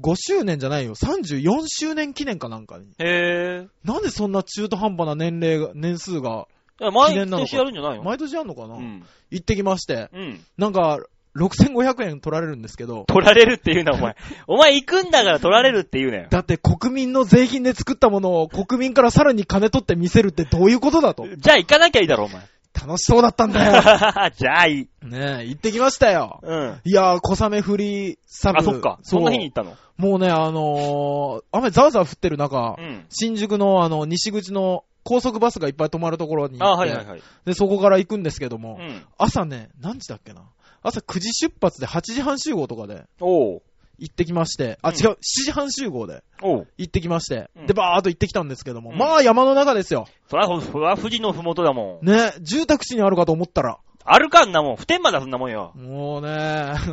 35周年じゃないよ、34周年記念かなんかに。へえ。なんでそんな中途半端な年齢が、年数が、毎記念なのか年やるんじゃないの毎年あんのかな、うん。行ってきまして、うん。なんか、6500円取られるんですけど、取られるって言うな、お前。お前行くんだから取られるって言うなよ。だって国民の税金で作ったものを国民からさらに金取って見せるってどういうことだと。じゃあ行かなきゃいいだろ、お前。楽しそうだったんだよ。 (laughs) じゃあいい。ねえ、行ってきましたよ。うん。いやー、小雨降り、サブあ、そっか。そんな日に行ったの。もうね、あのー、雨ザーザー降ってる中、うん。新宿のあの、西口の高速バスがいっぱい止まるところに行って、あ、はいはいはい。で、そこから行くんですけどうも、ん。朝ね、何時だっけな。朝9時出発で8時半集合とかでおう。行ってきまして、あ、うん違う、7時半集合でおう。行ってきまして、うんで、バーっと行ってきたんですけども、うんまあ山の中ですよ。そら、そら、富士のふもとだもん。ね、住宅地にあるかと思ったら、あるかんなもん。普天間だ、そんなもんよ。 (laughs) もうね、 (laughs)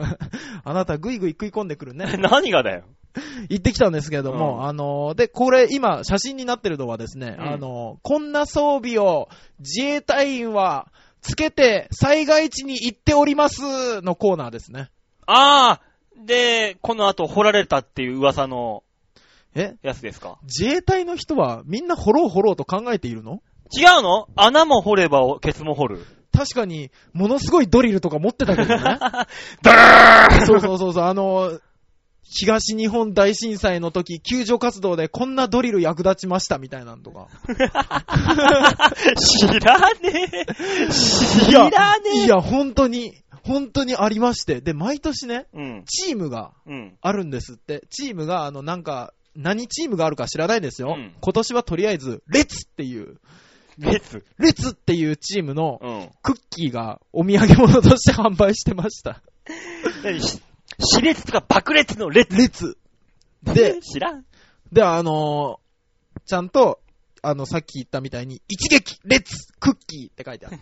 あなたぐいぐい食い込んでくるね。何がだよ。行ってきたんですけれども、うんあのー、で、これ今写真になってるのはですね、うんあのー、こんな装備を自衛隊員はつけて災害地に行っておりますのコーナーですね。あー、で、この後掘られたっていう噂のえやつですか。自衛隊の人はみんな掘ろう掘ろうと考えているの違うの穴も掘れば、ケツも掘 (laughs) る。確かに、ものすごいドリルとか持ってたけどね。 (laughs) ダーそうそうそうそう、あのー、東日本大震災の時、救助活動でこんなドリル役立ちましたみたいなんとか。知らねえ。知らねえ。いや、本当に、本当にありまして。で、毎年ね、うん。チームがうん。あるんですって。チームが、あの、なんか、何チームがあるか知らないですよ。うん今年はとりあえず、レッツっていう、別。レッツっていうチームのうん。クッキーがお土産物として販売してました。何し、熾烈とか爆裂の列。、レッツ。で知らん。で、あのーちゃんと、あの、さっき言ったみたいに、一撃、レッツ、クッキーって書いてあ (laughs) る。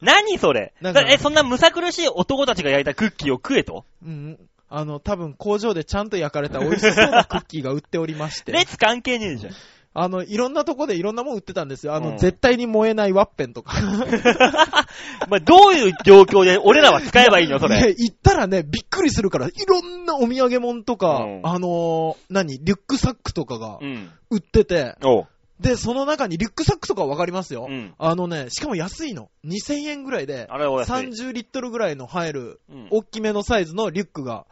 何それなんかだえ、そんなむさ苦しい男たちが焼いたクッキーを食えとうん。あの、多分工場でちゃんと焼かれた美味しそうなクッキーが売っておりまして。列関係ねえじゃん。あの、いろんなとこでいろんなもん売ってたんですよ。あうの、ん絶対に燃えないワッペンとか。まあ、どういう状況で俺らは使えばいいのそいやれ。行ったらね、びっくりするから、いろんなお土産物とか、うんあのー何、リュックサックとかがうん。売ってて、おう。で、その中にリュックサックとかわかりますよ。うん。あのね、しかも安いの。2000円ぐらいで、あれはお安い。 30リットルぐらいの入るうん大きめのサイズのリュックが、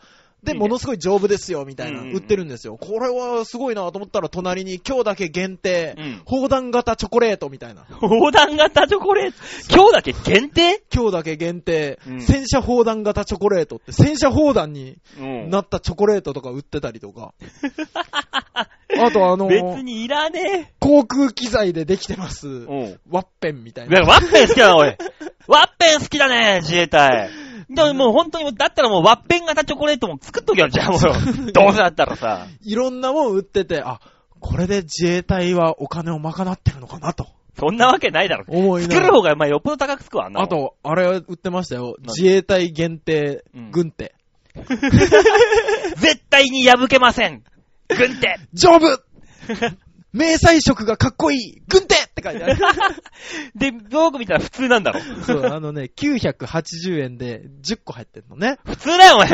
で、いいねものすごい丈夫ですよ、みたいな、うんうんうん売ってるんですよ。これはすごいなと思ったら、隣に今日だけ限定、うん砲弾型チョコレートみたいな。横断型チョコレート。今日だけ限定今日だけ限定、うん戦車砲弾型チョコレートって、戦車砲弾にうんなったチョコレートとか売ってたりと (laughs) か。あとあの、別にいらね航空機材でできてます、え。うん。ワッペンみたいいやな。ワッペン好きだな、おい。ワッペン好きだね、自衛隊。でももう本当にもう、だったらもうワッペン型チョコレートも作っときゃ、じゃあも (laughs) う。どうせだったらさ。いろんなもん売ってて、あ、これで自衛隊はお金を賄ってるのかなとそんなわけないだろ。思いな作がるら。方が、まあ、よっぽど高くつくわ、あんなもんあ、と、あれ売ってましたよ。何自衛隊限定うん、軍手。絶対に破けません。軍 (laughs) 手。丈 (laughs) 夫迷彩色がかっこいい軍手って書いてあ (laughs) る。で、よく見たら普通なんだろ。そう、あのね、980円で10個入ってんのね。普通だよ、お前。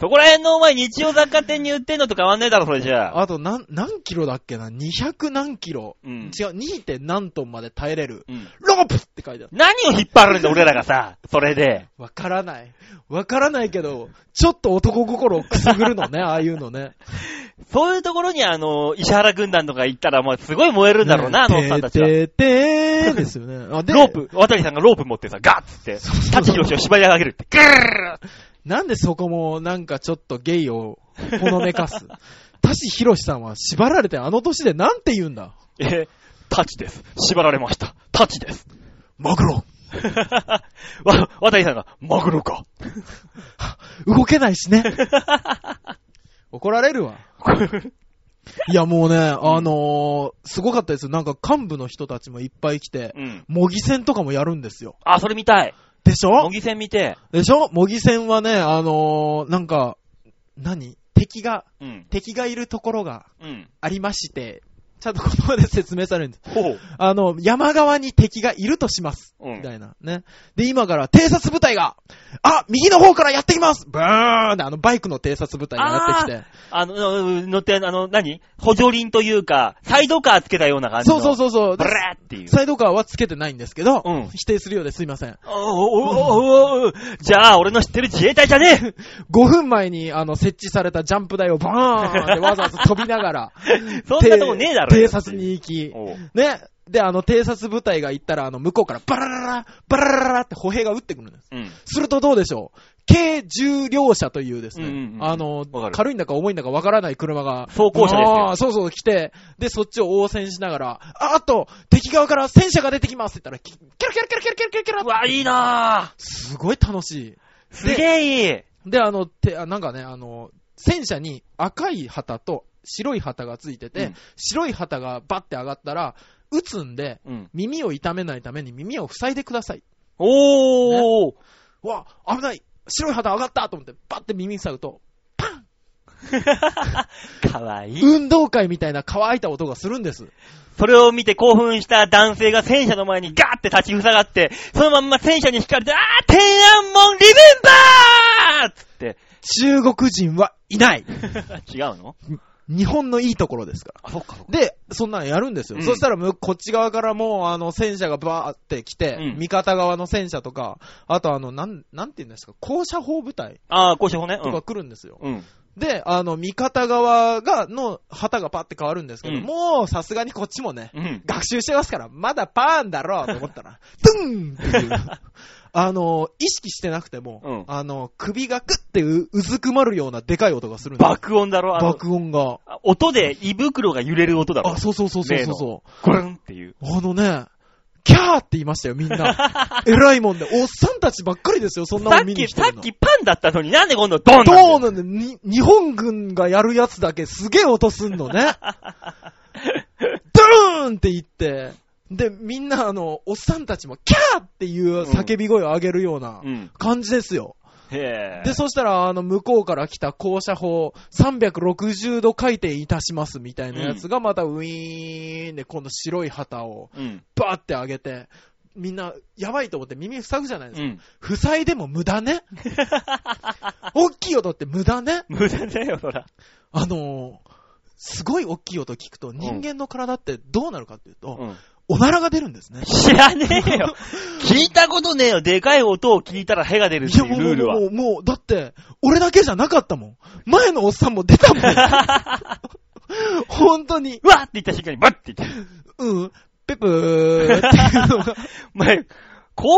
そこら辺のお前、日曜雑貨店に売ってんのと変わんねえだろ、それじゃあ。あと、なん、何キロだっけな ?200 何キロ、うん違う、2. 点何トンまで耐えれる。うん。ロープって書いてある。何を引っ張るんだ、俺らがさ。それで。わからない。わからないけど、ちょっと男心をくすぐるのね、ああいうの (laughs) ね。そういうところに、あの、石原軍団とか行ったら、もうすごい燃えるんだろうな、あのおっさんたちは。てーてーてーですよね。あ、でロープ、渡さんがロープ持ってさ、ガッつって、そうそうそう舘ひろしを縛り上げるって、グーッなんでそこも、なんかちょっとゲイをほのめか (laughs) す。タシヒロシさんは縛られてあの年でなんて言うんだえー、タチです。縛られました。タチです。マグロ (laughs) わ、渡さんが、マグロか。動けないしね。 (laughs) 怒られるわ。いやもうね、あのー、すごかったですよ。なんか幹部の人たちもいっぱい来て、うん。模擬戦とかもやるんですよ。あ、それ見たい。でしょ模擬戦見て。でしょ模擬戦はね、あのー、なんか、何敵が、うん。敵がいるところがうん。ありまして、ちゃんと言葉で説明されるんです。ほう。あの、山側に敵がいるとします。うんみたいな。ね。で、今から偵察部隊が、あ右の方からやってきますバーンってあのバイクの偵察部隊がやってきて。あの、うん乗って、あの、何補助輪というか、サイドカーつけたような感じの。そうそうう。そうそうブ。ラーっていう。サイドカーはつけてないんですけど、うん否定するようですいません。おおおおじゃあ、俺の知ってる自衛隊じゃね5分前にあの設置されたジャンプ台をバーンってわざわざ飛びながら、え (laughs) そんなとこねえだろ。偵察に行き、おう。ね。で、あの、偵察部隊が行ったら、あの、向こうからバラララ、バラララって歩兵が撃ってくるんです。うん。するとどうでしょう軽重量車というですね、うんうんうんあのわか、る軽いんだか重いんだかわからない車が、装甲車ですよあーそうそう来て、で、そっちを応戦しながら、あ、あと、敵側から戦車が出てきますって言ったら、キキラキラキラキラキラキラキラうわ、いいなぁ。すごい楽しすげえいい。い。で、あの、て、あなんかね、あの、戦車に赤い旗と白い旗がついてて、うん白い旗がバッて上がったら、撃つんで、うん。耳を痛めないために耳を塞いでください。おー。うわ、危ない白い旗上がったと思って、バッて耳塞ぐと、 (laughs) かわいい。運動会みたいな乾いた音がするんです。それを見て興奮した男性が戦車の前にガーって立ち塞がって、そのまんま戦車に惹かれて、あー天安門リベンバーっつって。中国人はいない。 (laughs) 違うの日本のいいところですから。あ、そっかそっか。で、そんなんやるんですよ。うんそしたらむ、こっち側からもう、あの、戦車がバーって来て、うん味方側の戦車とか、あとあの、なん、なんて言うんですか、高射砲部隊あー、交渉法ね。うとかん来るんですよ。うん。で、あの、味方側が、の旗がパって変わるんですけど、うんもう、さすがにこっちもね、うん。学習してますから、まだパーンだろうと思っ (laughs) たら、ドゥンっていう。あの、意識してなくても、うんあの、首がクッてううずくまるようなでかい音がするんですよ爆音だろ、あの爆音が。あ音で胃袋が揺れる音だろあ、。そうそうそうそうそうそゴルンっていう。う。あのね、キャーって言いましたよ、みん (laughs) な。えらいもんで。おっさんたちばっかりですよ、そんなさもっん見にき、来てさるっの。きパンだったのになんで今度ドンなんだどうよなんだに日本軍がやるやつだけすげえ音すんの (laughs) ね。ドーンって言って、で、みんなあの、おっさんたちもキャーっていう叫び声を上げるようなうん。感じですよ。へぇで、そしたら、あの、向こうから来た降車砲、360度回転いたしますみたいなやつが、またウィーンで、今度白い旗をうん。バーって上げて、みんな、やばいと思って耳塞ぐじゃないですうか。ん。塞いでも無駄 (laughs) ね。大きい音って無駄ね。無駄だよ、そら。あのーすごい大きい音聞くと人間の体ってどうなるかっていうと、うん。おならが出るんですね。知らねえよ。 (laughs) 聞いたことねえよ。でかい音を聞いたらヘが出るっていやいもううルールもは。うもうもうだって、俺だけじゃなかったもん。前のおっさんも出たもん。 (laughs) 本当に。うわって言った瞬間にバッって言って。うん。ペプーっていうの (laughs) が。お前、肛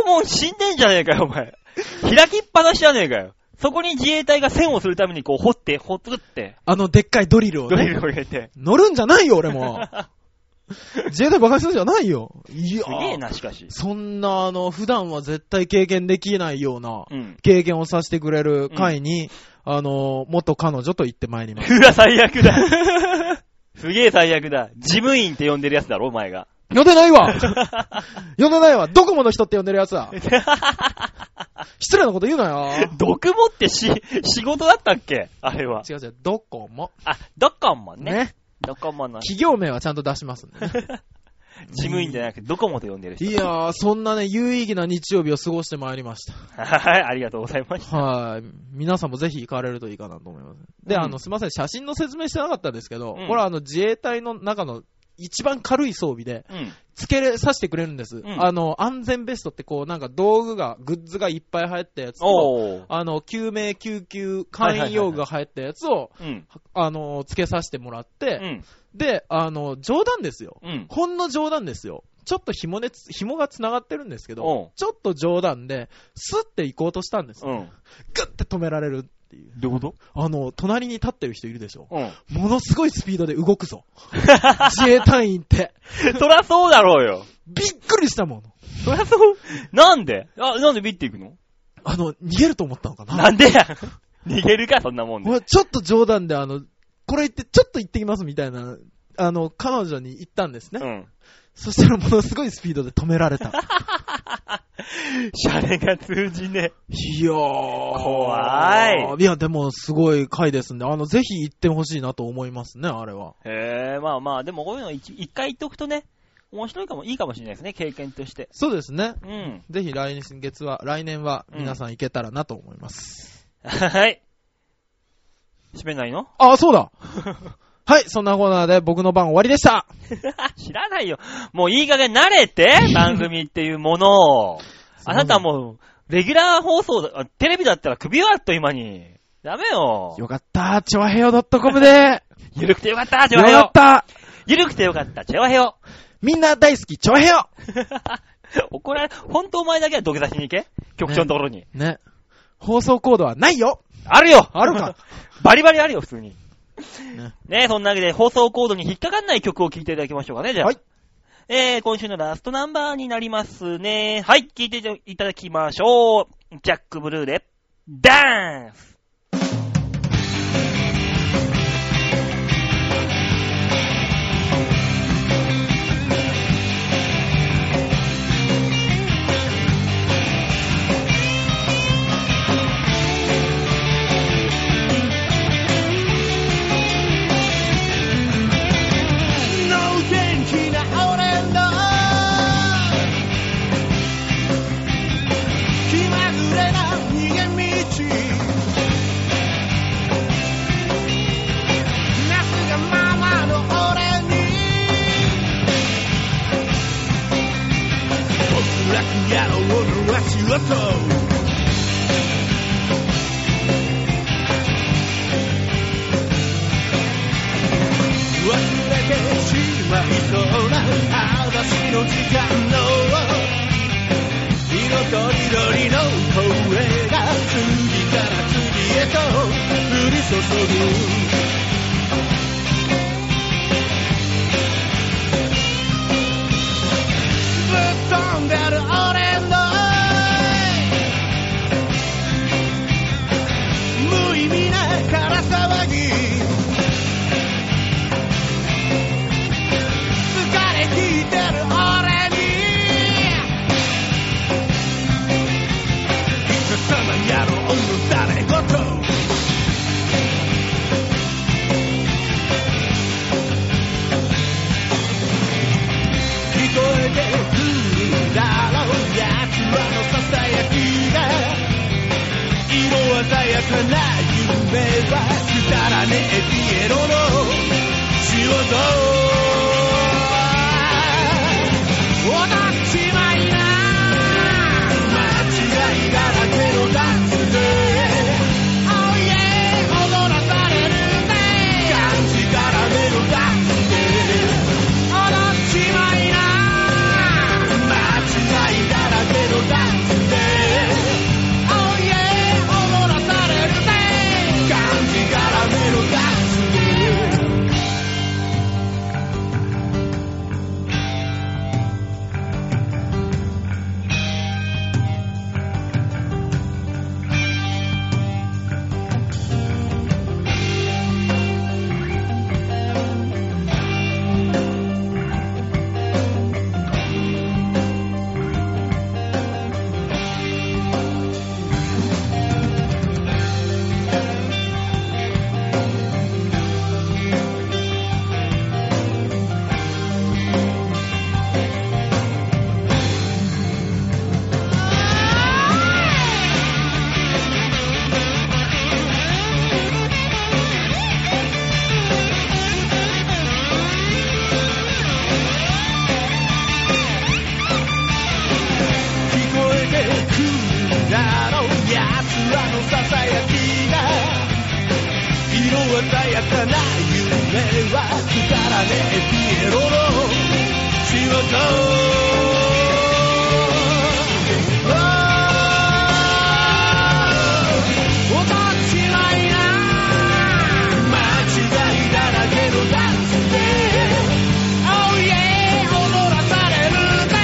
門死んでんじゃねえかよ、お前。開きっぱなしじゃねえかよ。そこに自衛隊が線をするためにこう掘って、掘って、あのでっかいドリルをドリね。ルを入れて。乗るんじゃないよ、俺 (laughs) も。自衛隊バカにするんじゃないよ。いやすげえな、しかし。そんな、あの、普段は絶対経験できないようなうん。経験をさせてくれる会に、あの、元彼女と行ってまいります。うわ、最悪だ。すげえ最悪だ。事務員って呼んでるやつだろ、お前が。 (laughs) 呼んでないわ (laughs) 呼んでないわドコモの人って呼んでるやつだ (laughs) 失礼なこと言うな (laughs) よ毒もってし、仕事だったっけあれは。違う違う、ドコモ。あ、ドコモね。ね。ドコモの事企業名はちゃんと出しますんでね。 (laughs) 務員じゃなくてドコモと呼んでる人。いやー、そんなね、有意義な日曜日を過ごしてまいりました。はい、ありがとうございました。はい。皆さんもぜひ行かれるといいかなと思います。で、うんあの、すいません、写真の説明してなかったんですけど、うんこれはあの、自衛隊の中の一番軽い装備で、うん。付けれさせてくれるんです。んあの、安全ベストってこう、なんか道具が、グッズがいっぱい入ったやつと、おー。あの、救命救急、簡易用具が入ったやつを、うん。あの、付けさせてもらっうて、ん。で、あの、冗談ですよ。うん。ほんの冗談ですよ。ちょっと紐ねつ、紐が繋がってるんですけおうど、ちょっと冗談で、スって行こうとしたんです。うん。グッて止められるっていう。どういうこあの、隣に立ってる人いるでしょ。とうん。ものすごいスピードで動くぞ。自衛隊員って。 (laughs) そらそうだろうよ。びっくりしたもの。そらそう。なんであ、なんでビっていくのあの、逃げると思ったのかななんでや (laughs) 逃げるか、そんなもんで。俺ちょっと冗談で、あの、これ言って、ちょっと行ってきますみたいな、あの、彼女に言ったんですね。うん。そしたらものすごいスピードで止められた。シャレが通じねいやー。怖い。いや、でも、すごい回ですんで、あの、ぜひ行ってほしいなと思いますね、あれは。え。へえ、まあまあ、でもこういうの一一回言っとくとね、面白いかも、いいかもしれないですね、経験として。そうですね。うん。ぜひ来年月は、来年は皆さん行けたらなと思います。はい。閉めないのあ、そうだ (laughs) はい、そんなコーナーで僕の番終わりでした (laughs) 知らないよ。もういい加減慣れて、番組っていうものを。あなたもう、レギュラー放送だ、あテレビだったら首はあっと今に。ダメよ。よかった、ちょわへよ .com で。ゆるくてよかった、チよョアヘかっヨ。た。ゆるくてよかった、チョアヘヨ。 (laughs) みんな大好き、ちょわへよ。怒られ、ほんとお前だけは土下座しに行け。局長のところに。ね。放送コードはないよ。あるよあるか。バリバリあるよ、普通に。ねねそんなわけで放送コードに引っかかんない曲を聴いていただきましょうかね、じゃあ。はいえー、今週のラストナンバーになりますね。はい、聴いていただきましょう。ジャック・ブルーで、ダンスの元気な俺の気まぐれな逃げ道なすがままの俺におそらくやろうのは仕事忘れてしまいそうな話の時間の色とりどりの声が次から次へと降り注ぐぶっ飛んでる俺の無意味なから騒ぎ疲れきってる俺にいつかの野郎の誰ごと聞こえてくるだろう奴らのささやきが色鮮やかな夢はくだらねえピエロの仕事だろう奴らのささやきが色鮮やかな夢はくだらねえピエロの仕事おかしないな間違いだらけのダンスを踊るらされるぜ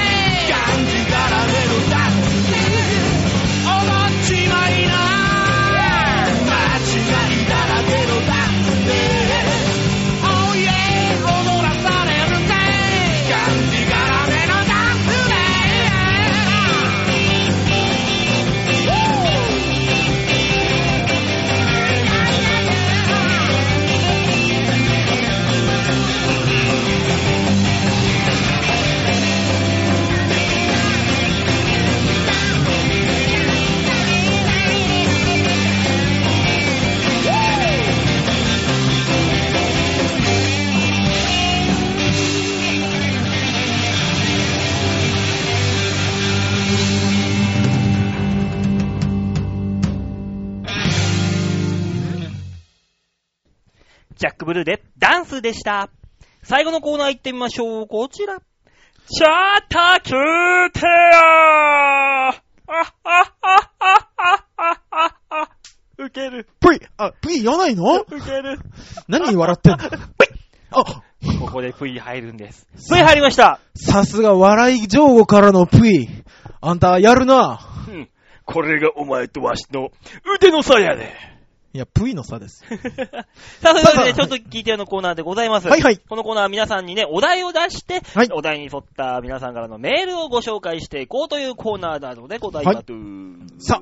感じからめのダンス踊っちまいな間違いだらけのダンスで Oh yeah 踊らされるぜ感じからめのダンスで Oh! ジャックブルーでダンスでした。最後のコーナー行ってみましょう。こちら。チャーターキューテアーあっあっあっあっあっあっあっあっウケる。ぷいあ、ぷい言わないのウケる。何笑ってん (laughs) のあ、ここで V 入るんです。V 入りました。さすが笑い上後からのぷい。あんたやるな。うんこれがお前とわしの腕の差やで。いや、ぷいの差です。 (laughs) さあ、ということで、ちさょあっと聞いてのコーナーでございます。はいはいこのコーナーは皆さんにね、お題を出して、はいお題に沿った皆さんからのメールをご紹介していこうというコーナーなのでございます。さ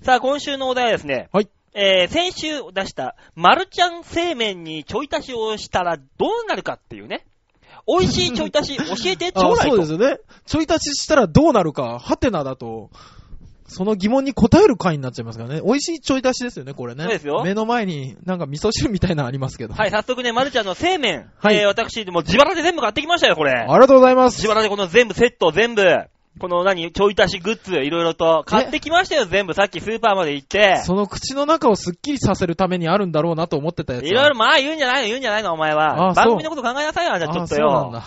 さあ、今週のお題はですね、はいえー、先週出した、マルちゃん製麺にちょい足しをしたらどうなるかっていうね、美味しいちょい足し教えてちょ (laughs) あうだいそうでと。すよね。ちょい足ししたらどうなるか、ハテナだと、その疑問に答える回になっちゃいますからね。美味しいちょい足しですよね、これね。そうですよ目の前になんか味噌汁みたいなのありますけど。はい、早速ね、マルちゃんの製麺、はいえー、私、もう自腹で全部買ってきましたよ、これ。ありがとうございます。自腹でこの全部セット全部、この何、ちょい足しグッズいろいろと買ってきましたよ、全部。さっきスーパーまで行って。その口の中をスッキリさせるためにあるんだろうなと思ってたやつ。いろいろ、まあ言うんじゃないの、言うんじゃないの、お前は。あそう番組のこと考えなさいよ、あんたちょあっそとうなんよ。だ。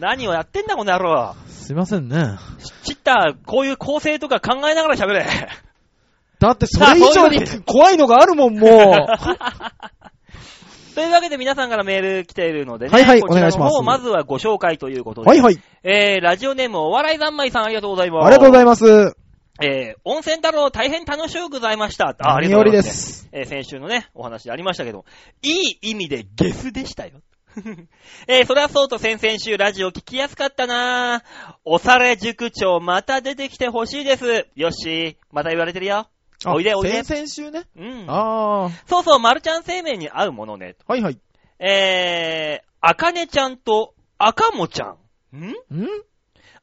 何をやってんだ、この野郎。すいませんね。チッター、こういう構成とか考えながら喋れ。 (laughs) だってそれ以上に怖いのがある (laughs) もん、もう。というわけで皆さんからメール来ているのでね。はいはいこちらの方お願いしますまずはご紹介ということで。はいはい。えー、ラジオネームお笑い三昧さんありがとうございます。 (laughs) ありがとうございいます。ます。えー、温泉太郎大変楽しゅうございました。あ、ありが何とうござよりいま、ですす。えー先週のね、お話でありましたけど、いい意味でゲスでしたよ。 (laughs) えーそりゃそうと先々週ラジオ聞きやすかったなぁ。おされ塾長また出てきてほしいです。よっしー、また言われてるよ。おいでおいで先々週ね。うん。あそうそう、マルちゃん生命に合うものね。あ、はいはい。えー、あかねちゃんと、あかもちゃん。んん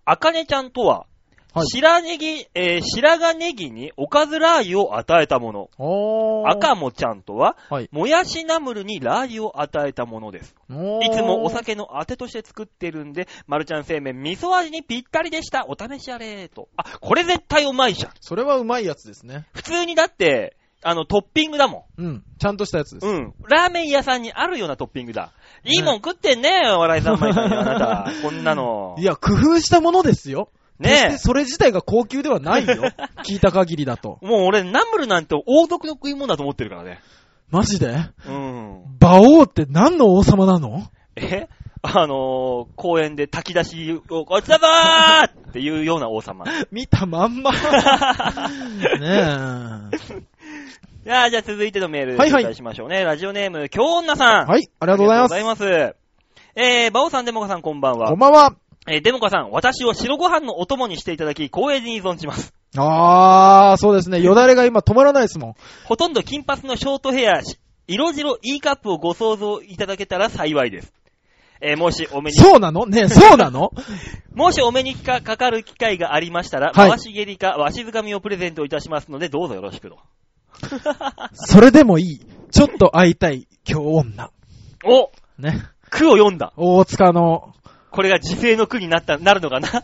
あかねちゃんとは、はい白ネギ、えー白髪ネギにおかずラー油を与えたもの。おー。赤もちゃんとは、はいもやしナムルにラー油を与えたものです。おー。いつもお酒のあてとして作ってるんで、マルちゃん製麺味噌味にぴったりでした。お試しあれと。あ、これ絶対うまいじゃん。それはうまいやつですね。普通にだって、あの、トッピングだもうん。ちゃんとしたやつでん。す。うん。ラーメン屋さんにあるようなトッピングだ。いいもん食ってんねえ、笑い三昧さんよあ (laughs) なた。こんなの。いや、工夫したものですよ。決してねえ。それ自体が高級ではないよ。 (laughs) 聞いた限りだと。もう俺、ナムルなんて王族の食い物だと思ってるからね。マジでうん。馬王って何の王様なのえあのー、公園で炊き出しを、ごちそうさまーっていうような王様。 (laughs) い (laughs) 見たまん (laughs) ま。ねえ。やーじゃあ続いてのメール、はいはい紹介しましょうね。ラジオネーム、京女さん。あはい、ありがとうございりがとます。うございます。えー、バオさん、デモカさん、こんばんこはん。ばんは。えー、デモカさん、私を白ご飯のお供にしていただき、光栄に依存します。あー、そうですね。よだれが今止まらないですもん。ほとんど金髪のショートヘア、し色白 E カップをご想像いただけたら幸いです。えー、もしお目にそうなのねえ、そうな (laughs) のもしお目にかかかる機会がありましたら、はい回し蹴りかわしづかみをプレゼントいたしますので、どうぞよろしくと。それでもいい。ちょっと会いたい、今日女。おね。句を読んだ。大塚の、これが自制の句になった、なるのかな会っ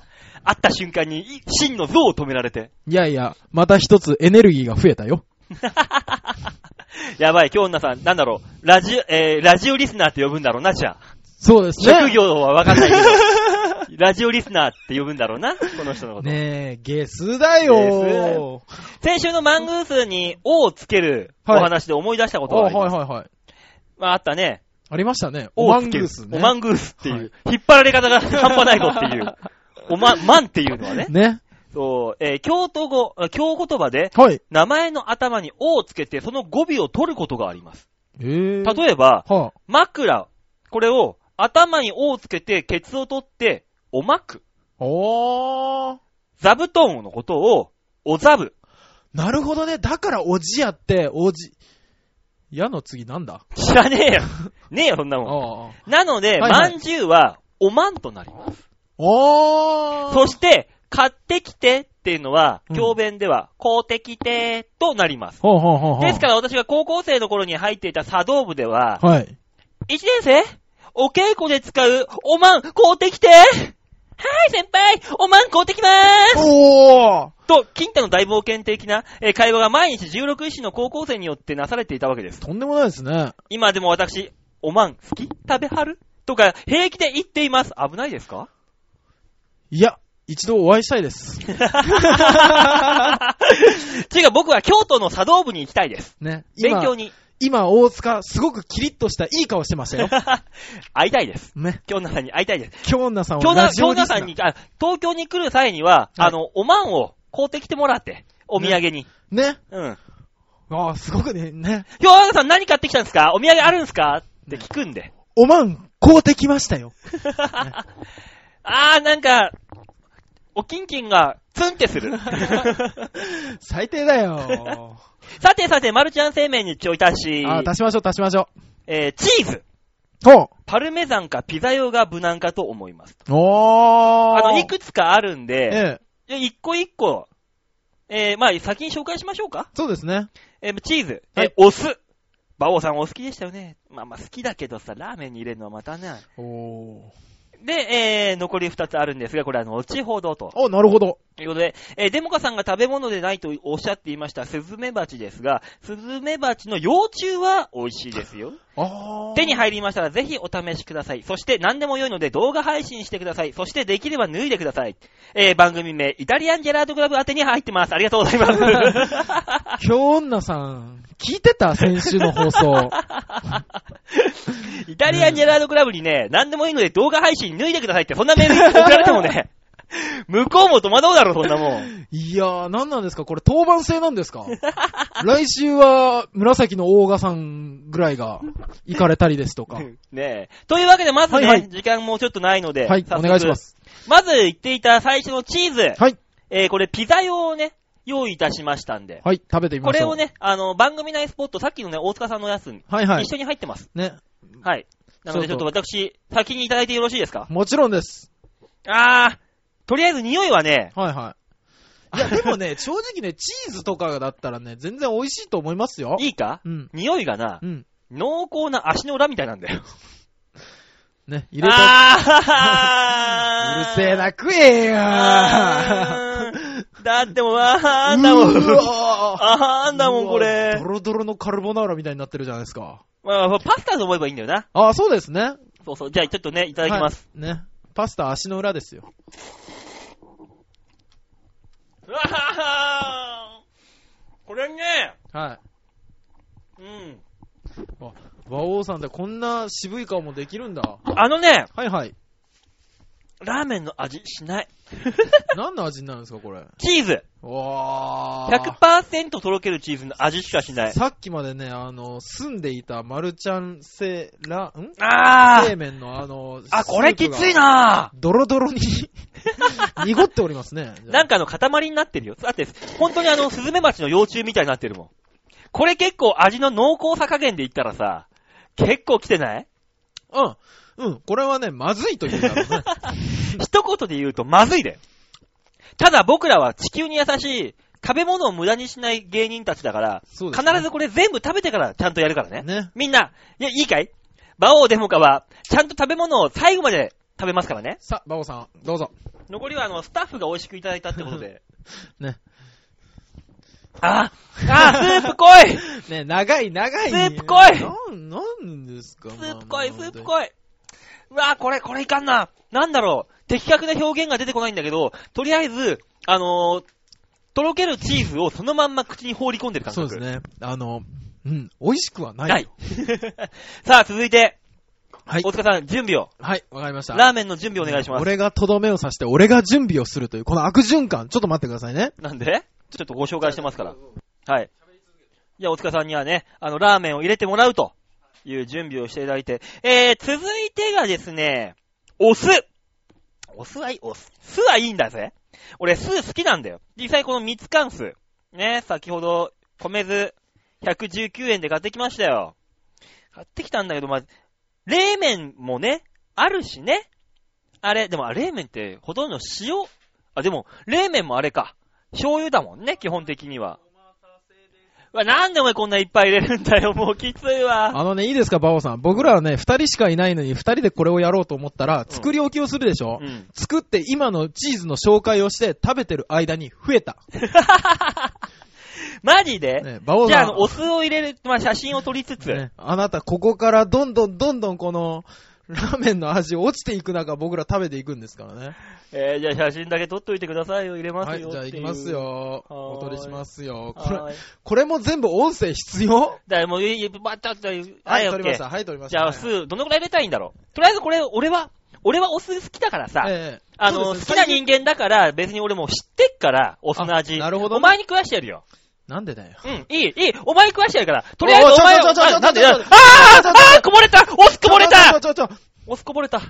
た瞬間に、い真の像を止められて。いやいや、また一つエネルギーが増えたよ。 (laughs) やばい、京女さん、なんだろう、ラジオ、えー、ラジオリスナーって呼ぶんだろうな、じゃあ。そうですね。職業はわかんないけ (laughs) ど、ラジオリスナーって呼ぶんだろうな、この人のこと。ねえ、ゲスだよー。先週のマングースに、おをつけるおはい話で思い出したことがあ、あはいります。はいはい。まあ、あったね。ありましたね。おおをマつンけるグース。。ね。おまんぐーすっていう。引っ張られ方が半端ない子って (laughs) いう。おま、まんっていうのはね。ね。そう、えー京都語、あ京言葉で、はい。名前の頭におをつけて、その語尾を取ることがあります。えー。例えば、は枕。これを頭におをつけて、ケツを取って、おまく。あ。おー。座布団のことを、おざぶ。なるほどね。だから、おじやって、おじ、やの次なんだ知らねえ (laughs) よ。ねえよ、そんなもん。ああ。なので、はいはまいんじゅうは、おまんとなります。おー。そして、買ってきてっていうのは、うん教弁では、買うてきてとなります。ほうほうほうほう。ですから私が高校生の頃に入っていた茶道部では、はい。 1年生お稽古で使う、おまん、買うてきてはい、先輩おまん買うてきまーすおーと、金太の大冒険的な、えー会話が毎日16医師の高校生によってなされていたわけです。とんでもないですね。今でも私、おまん好き食べはるとか、平気で言っています。危ないです (laughs) かいや、一度お会いしたい (laughs) です。違う、僕は京都の茶道部に行きたいです。ね。勉強今、に。今、大塚、すごくキリッとしたいい顔してました (laughs) よ。会いたいです。ね。京奈さんに会いたいです。京奈さん京はラ奈ジ京オリ奈スナさーんに、あ、東京に来る際には、はいあの、おまんを買うてきてもらって、お土産に。ね。うん。ああ、すごくね、ね。京奈さん何買ってきたんですかお土産あるんですかって聞くんで。おまん、こうてきましたよ。あー、なんか、おきんきんが、ツンってす (laughs) る。最低だよ。さてさて、マルちゃん製麺にちょい足し、 (laughs) ああ、足しましょう、足しましょえーチーズ、う。ほパルメザンかピザ用が無難かと思います。う。おあー。の、いくつかあるんえで、え、で一個一個、えーまあ、先に紹介しましょうか。そうですね。えーチーズ、はえいー、お酢。バオさんお好きでしたよね。まあまあ好きだけどさ、ラーメンに入れるのはまたね。おー。で、えー残り二つあるんですが、これは後ほどと。お、なるほど。ということで、えーデモカさんが食べ物でないとおっしゃっていましたスズメバチですが、スズメバチの幼虫は美味しいですよ。あー。手に入りましたらぜひお試しください。そして何でも良いので動画配信してください。そしてできれば脱いでください。えー番組名、イタリアンジェラートクラブ宛てに入ってます。ありがとうございます。 (laughs) 京女さん、聞いてた先週の放送。イタリアンジェラートクラブにね、何でもいいので動画配信脱いでくださいって、そんなメール送られてもね、 (laughs) 向こうも戸惑うだろ、そんなも (laughs) ん。 (laughs) いやー、何なんですかこれ当番制なんですか (laughs) 来週は、紫の大賀さんぐらいが行かれたりで (laughs) すとか。ねえ。というわけで、まずね、はいはい時間もうちょっとないので、はい、早お速願いしま。す。まず言っていた最初のチーズ。はい。えー、これピザ用をね、用意いたしましたんで。はい、食べてみこましれょう。を。ね、あの、番組内スポット、さっきのね、大塚さんのやつに、はいはい一。緒に入ってます。ね。はい。なので、ちょそっうとそう私、先にいただいてよろしいですかもちろんです。あー、とりあえず匂いはね、はいはい。いや、でもね、 (laughs) 正直ね、チーズとかだったらね、全然美味しいと思いますよ。いいかうん。匂いがなう、ん。濃厚な足の裏みたいなんだよ。ね、入れた。うるあーせえな、。(laughs) 食えよあーーだってもう、あーんだもうーん。わーあーんだもん、こうわーれド。ロドロのカルボナーラみたいになってるじゃないですか。まあ、パスタと思えばいいんだよな。ああ、そうですね。そうそう。じゃあ、ちょっとね、いただきます。はい。ね。パスタ足の裏ですよ。うわはーこれね、はうん。い。馬王さんってこんな渋い顔もできるんだ。あのね、はいはい。ラーメンの味し (laughs) ない。何の味になるんですか、これ。チーズ。わー。 100%とろけるチーズの味しかしない。さっきまでね、あの、住んでいたマルちゃんセラ、んあ冷ー。麺のあの、あ、これきついななドロドロに (laughs) 濁っておりますね。じゃ (laughs) あなんかあの塊になってるよ。だって、本当にあの、スズメバチの幼虫みたいになってるもん。これ結構味の濃厚さ加減で言ったらさ、結構来てないうん。うん。これはね、まずいとい (laughs) うかね。一言で言うとまずいで。ただ僕らは地球に優しい、食べ物を無駄にしない芸人たちだから、そうですね必ずこれ全部食べてからちゃんとやるからね。ね。みんな、いや、いいかいバオーデモカは、ちゃんと食べ物を最後まで食べますからね。さあ、バオさん、どうぞ。残りは、あの、スタッフが美味しくいただいたってことで。ね。 (laughs) ああースープ来いね、長い長い。スープ来いなん、なんですかスープ来い、スープい。来い。うわぁ、これ、これいかんな。なんだろう。的確な表現が出てこないんだけど、とりあえず、あのー、とろけるチーズをそのまんま口に放り込んでる感そう覚。ですね。あの、うん、美味しくはない。ない。 (laughs) さあ、続いて、はい大。塚さん、準備を。はい、わかりました。ラーメンの準備お願いします。俺がとどめを刺して、俺が準備をするという、この悪循環、ちょっと待ってくださいね。なんでちょっとご紹介してますから。はい。じゃあ、大塚さんにはね、あの、ラーメンを入れてもらうという準備をしていただいて。えー、続いてがですね、お酢お酢はいい、お酢。酢はいいんだぜ。俺、酢好きなんだよ。実際この蜜缶酢。ね、先ほど、米酢119円で買ってきましたよ。買ってきたんだけど、まあ、冷麺もね、あるしね。あれ、でも、あ冷麺ってほとんど塩。あ、でも、冷麺もあれか。醤油だもんね、基本的には。うわ、なんでお前こんないっぱい入れるんだよ、もうきついわ。あのね、いいですか、バオさん。僕らはね、二人しかいないのに、二人でこれをやろうと思ったら、作り置きをするでしょ、うん。作って今のチーズの紹介をして、食べてる間に増えた。マジで、ね、バオじゃあ、さあん。の、お酢を入れる、まあ、写真を撮りつつ、ねあなた、ここからどんどんどんどんこの、ラーメンの味落ちていく中、僕ら食べていくんですからね。えー、じゃあ写真だけ撮っといてくださいよ、入れまはすい、よじゃあって行いきうます。よ。はーいお取りしますよ。これ、はい。これも全部音声必要だからもう、いいばっちゃっと、はい、はい、オッ取りまケした。ー。はい、取りましじた。ゃあ、はい酢、どのくらい入れたいんだろう。とりあえずこれ、俺は、俺はお酢好きだからさ、ええあの、そうで好すねきな人間だから、別に俺もう知ってっから、お酢の味。あなるほどねお前に食わしてやるよ。なんでだよ。うん、いい、いい、お前食わしてやるから、とりあえずおいお前ちょちょちょちょなんで、ちょあちーょちょあちょちょーこぼれたオスこぼれたちょちょちょちょオスこぼれた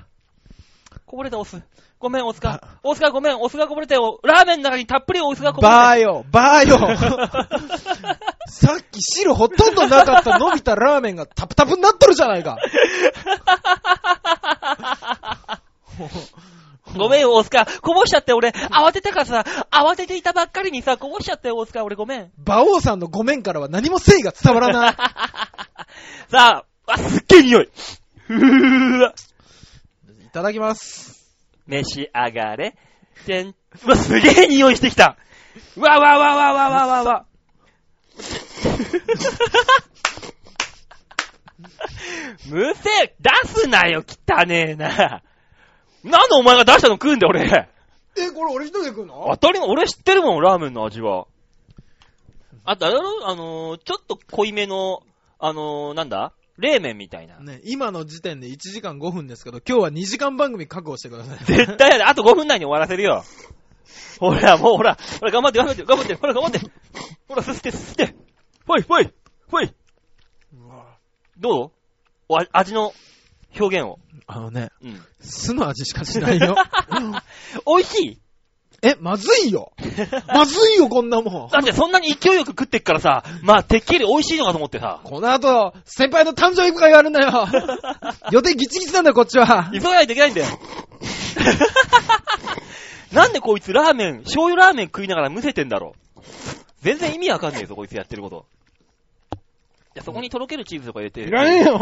こぼれたオス。ごめん、オスあが。オスがごめん、オスがこぼれたよ。ラーメンの中にたっぷりオスがこぼれバたー (laughs) よ。よ、バーよ。 (laughs) さっき汁ほとんどなかった伸びたラーメンがタプタプになっとるじゃないか。 (laughs) ごめん、オスが。こぼしちゃって、俺、慌てたからさ、慌てていたばっかりにさ、こぼしちゃったよ、オスが。俺ごめん。 (laughs) 馬王さんのごめんからは何も誠意が伝わらない。さあ、あ、すっげえ匂い。ふ (laughs) ーわ。いただきます。召し上がれ。てん。うわ、すげえ匂いしてきた。うわわわわわわわわ。 (laughs) むせ、出すなよ、汚ねえな。なんでお前が出したの食うんだよ、俺。え、これ俺一人で食う当たり前、俺知ってるもん、ラーメンの味は。あと、あれだろあのー、ちょっと濃いめの、あのー、なんだ冷麺みたいな。ね、今の時点で1時間5分ですけど、今日は2時間番組確保してください。絶対やで。あと5分内に終わらせるよ。ほら、もうほら、ほら、頑張って、頑張って、頑張って、ほら、頑張って。ほら、すすって、すすって。ほい、ほい、ほい。どうおあ味の表現を。あのね、うん。酢の味しかしないよ。 (laughs) 美味しいえ、まずいよ。まずいよ、こんなもん。だってそんなに勢いよく食ってっからさ、まあ、てっきり美味しいのかと思ってさ。この後、先輩の誕生日会があるんだ (laughs) よ。予定ギチギチなんだよ、こっちは。急がないといけないんだよ。 (laughs) なんでこいつラーメン、醤油ラーメン食いながらむせてんだろう。全然意味わかんねえぞ、こいつやってること。いや、そこにとろけるチーズとか入れて。いらねえよ。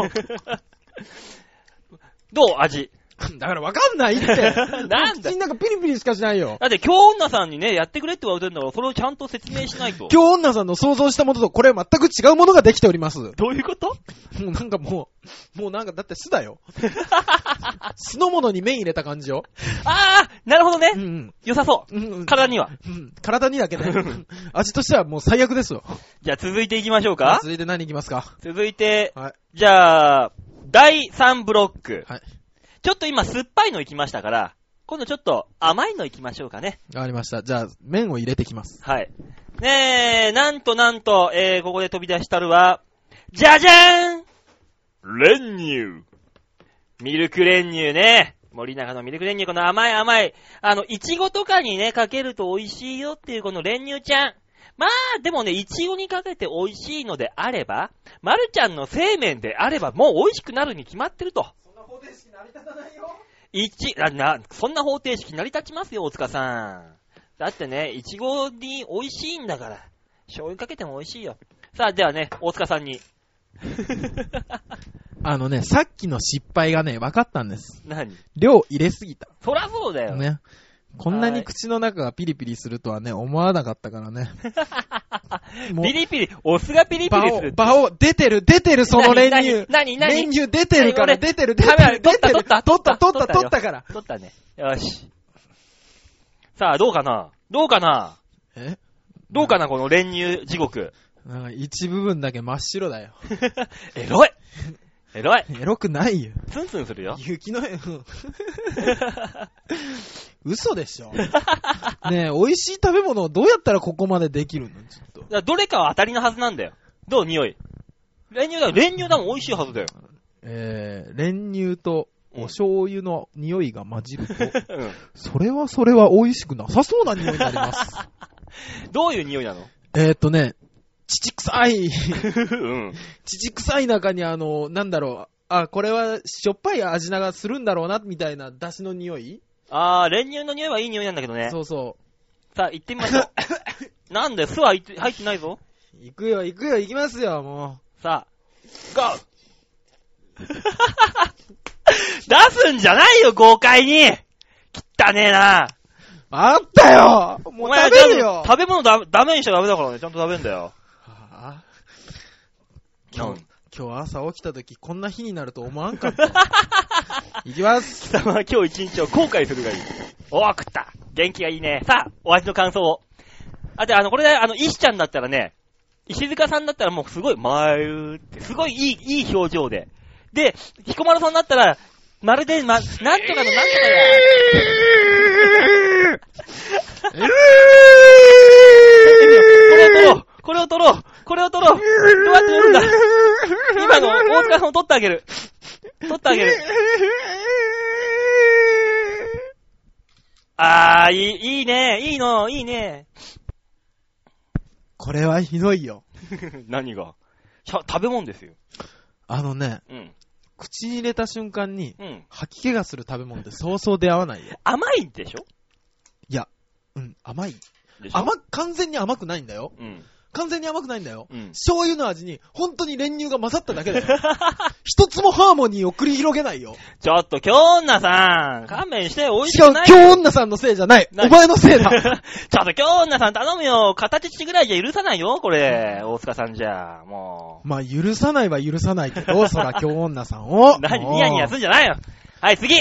どう味。だからわかんないって。 (laughs) なんだ口の中ピリピリしかしないよ。だって、京女さんにね、やってくれって言われてんだから、それをちゃんと説明しないと。今日女さんの想像したものとこれ全く違うものができております。もどういうことうなんかもう、もうなんかだって酢だ (laughs) よ。酢の物に麺入れた感じよ。あー、なるほどうね。ん良さそう。うん。うん。体には。うん体にだ (laughs) けね。味としてはもう最悪ですよ。じゃあ、続いていきましょうか。続いて何いきますか続いて、はいじゃあ、第3ブロック。はいちょっと今、酸っぱいのいきましたから、今度ちょっと甘いのいきましょうかね。わかりました。じゃあ、麺を入れてきます。はい。ねえ、なんとなんと、えー、ここで飛び出したるは、じゃじゃーん練乳。ミルク練乳ね。森永のミルク練乳、この甘い甘い。あの、いちごとかにね、かけると美味しいよっていうこの練乳ちゃん。まあ、でもね、いちごにかけて美味しいのであれば、まるちゃんの製麺であれば、もう美味しくなるに決まってると。いち、あな、そんな方程式成り立ちますよ、大塚さん。だってね、いちごに美味しいんだから。 (laughs) 醤油かけても美味しいよ。さあ、ではね、大塚さんに。あのね、さっきの失敗がね、分かったんです。何量入れすぎた。そらそうだよ。ね。こんなに口の中がピリピリするとはね、思わなかったから (laughs) ね。もうピリピリ、オスがピリピ場リすを、る。場を、出てる、出てる、その練乳。何何何練乳出てるか何ら、俺出てる、出てカメラる、撮出ったて撮る。った撮った、撮った、撮った撮ったから。取ったね。よし。さあ、どうかなどうかなえどうかなこの練乳地獄。なんか一部分だけ真っ白だよ。エロいエロい (laughs) エロくないよ。ツンツンするよ。雪の、 (laughs) うん嘘で (laughs) しょ。ねえ、美味しい食べ物をどうやったらここまでできるのちょっと。だからどれかは当たりのはずなんだよ。どう匂い。練乳だ、練乳だもん美味しいはずだよ。えー、練乳とお醤油の匂いが混じると、うそれはそれは美味しくなさそうな匂いになります。 (laughs) ん。どういう匂いな (laughs) のえーっとね、乳臭い、うん。乳臭い中にあの、なんだろう、あ、これはしょっぱい味ながするんだろうな、みたいな出汁の匂いあー、練乳の匂いはいい匂いなんだけどね。そうそさあ、行ってみましょう。 (laughs) なんで、巣は入って入ってないぞ。う。行くよ、行くよ、行きますよ、もさあ、ゴー (laughs) 出すんじゃないよ、豪快に汚ねえなう。あったよもう食べるお前はちゃんよと食べ物だダメにしちゃダメだからね、ちゃんと食べんだよ。はあう今ん日、今日朝起きた時こんな日になると思わんかった。行きます貴様は今日一日を後悔するがいい。おー、食った元気がいいね。さあ、お味の感想を。あと、あの、これね、あの、石ちゃんだったらね、石塚さんだったらもうすごい、まーるって、すごいいい、いい表情で。で、彦摩呂さんだったら、まるで、ま、なんとかのなんとかだ。えこれを取ろうこれを取ろうこれを取ろうどうやって取るんだ今の大塚さんを取ってあげる取ってあげるあー、いい、いいね、いいの、いいね。 (laughs) これはひどいよ。 (laughs) 何がしゃ食べ物ですよ。あのね、うん。口に入れた瞬間にうん。吐き気がする食べ物ってそうそう出会わないよ。甘いんでしょうん、甘い。でしょ甘、完全に甘くないんだよ。うん。完全に甘くないんだよ。 (laughs) うん。醤油の味に本当に練乳が混ざっただけだ (laughs) よ。一つもハーモニーを繰り広げないよ。ちょっと、京女さん勘弁して、美味し違くうな、い。今日女さんのせいじゃない。ないお前のせいだ。 (laughs) ちょっと、京女さん頼むよ形ちぐらいじゃ許さないよこれ、大塚さんじゃ。もまあ、許さないは許さないけど、そら今日女さんを。う。(laughs) 何ニヤニヤすんじゃないよはい、次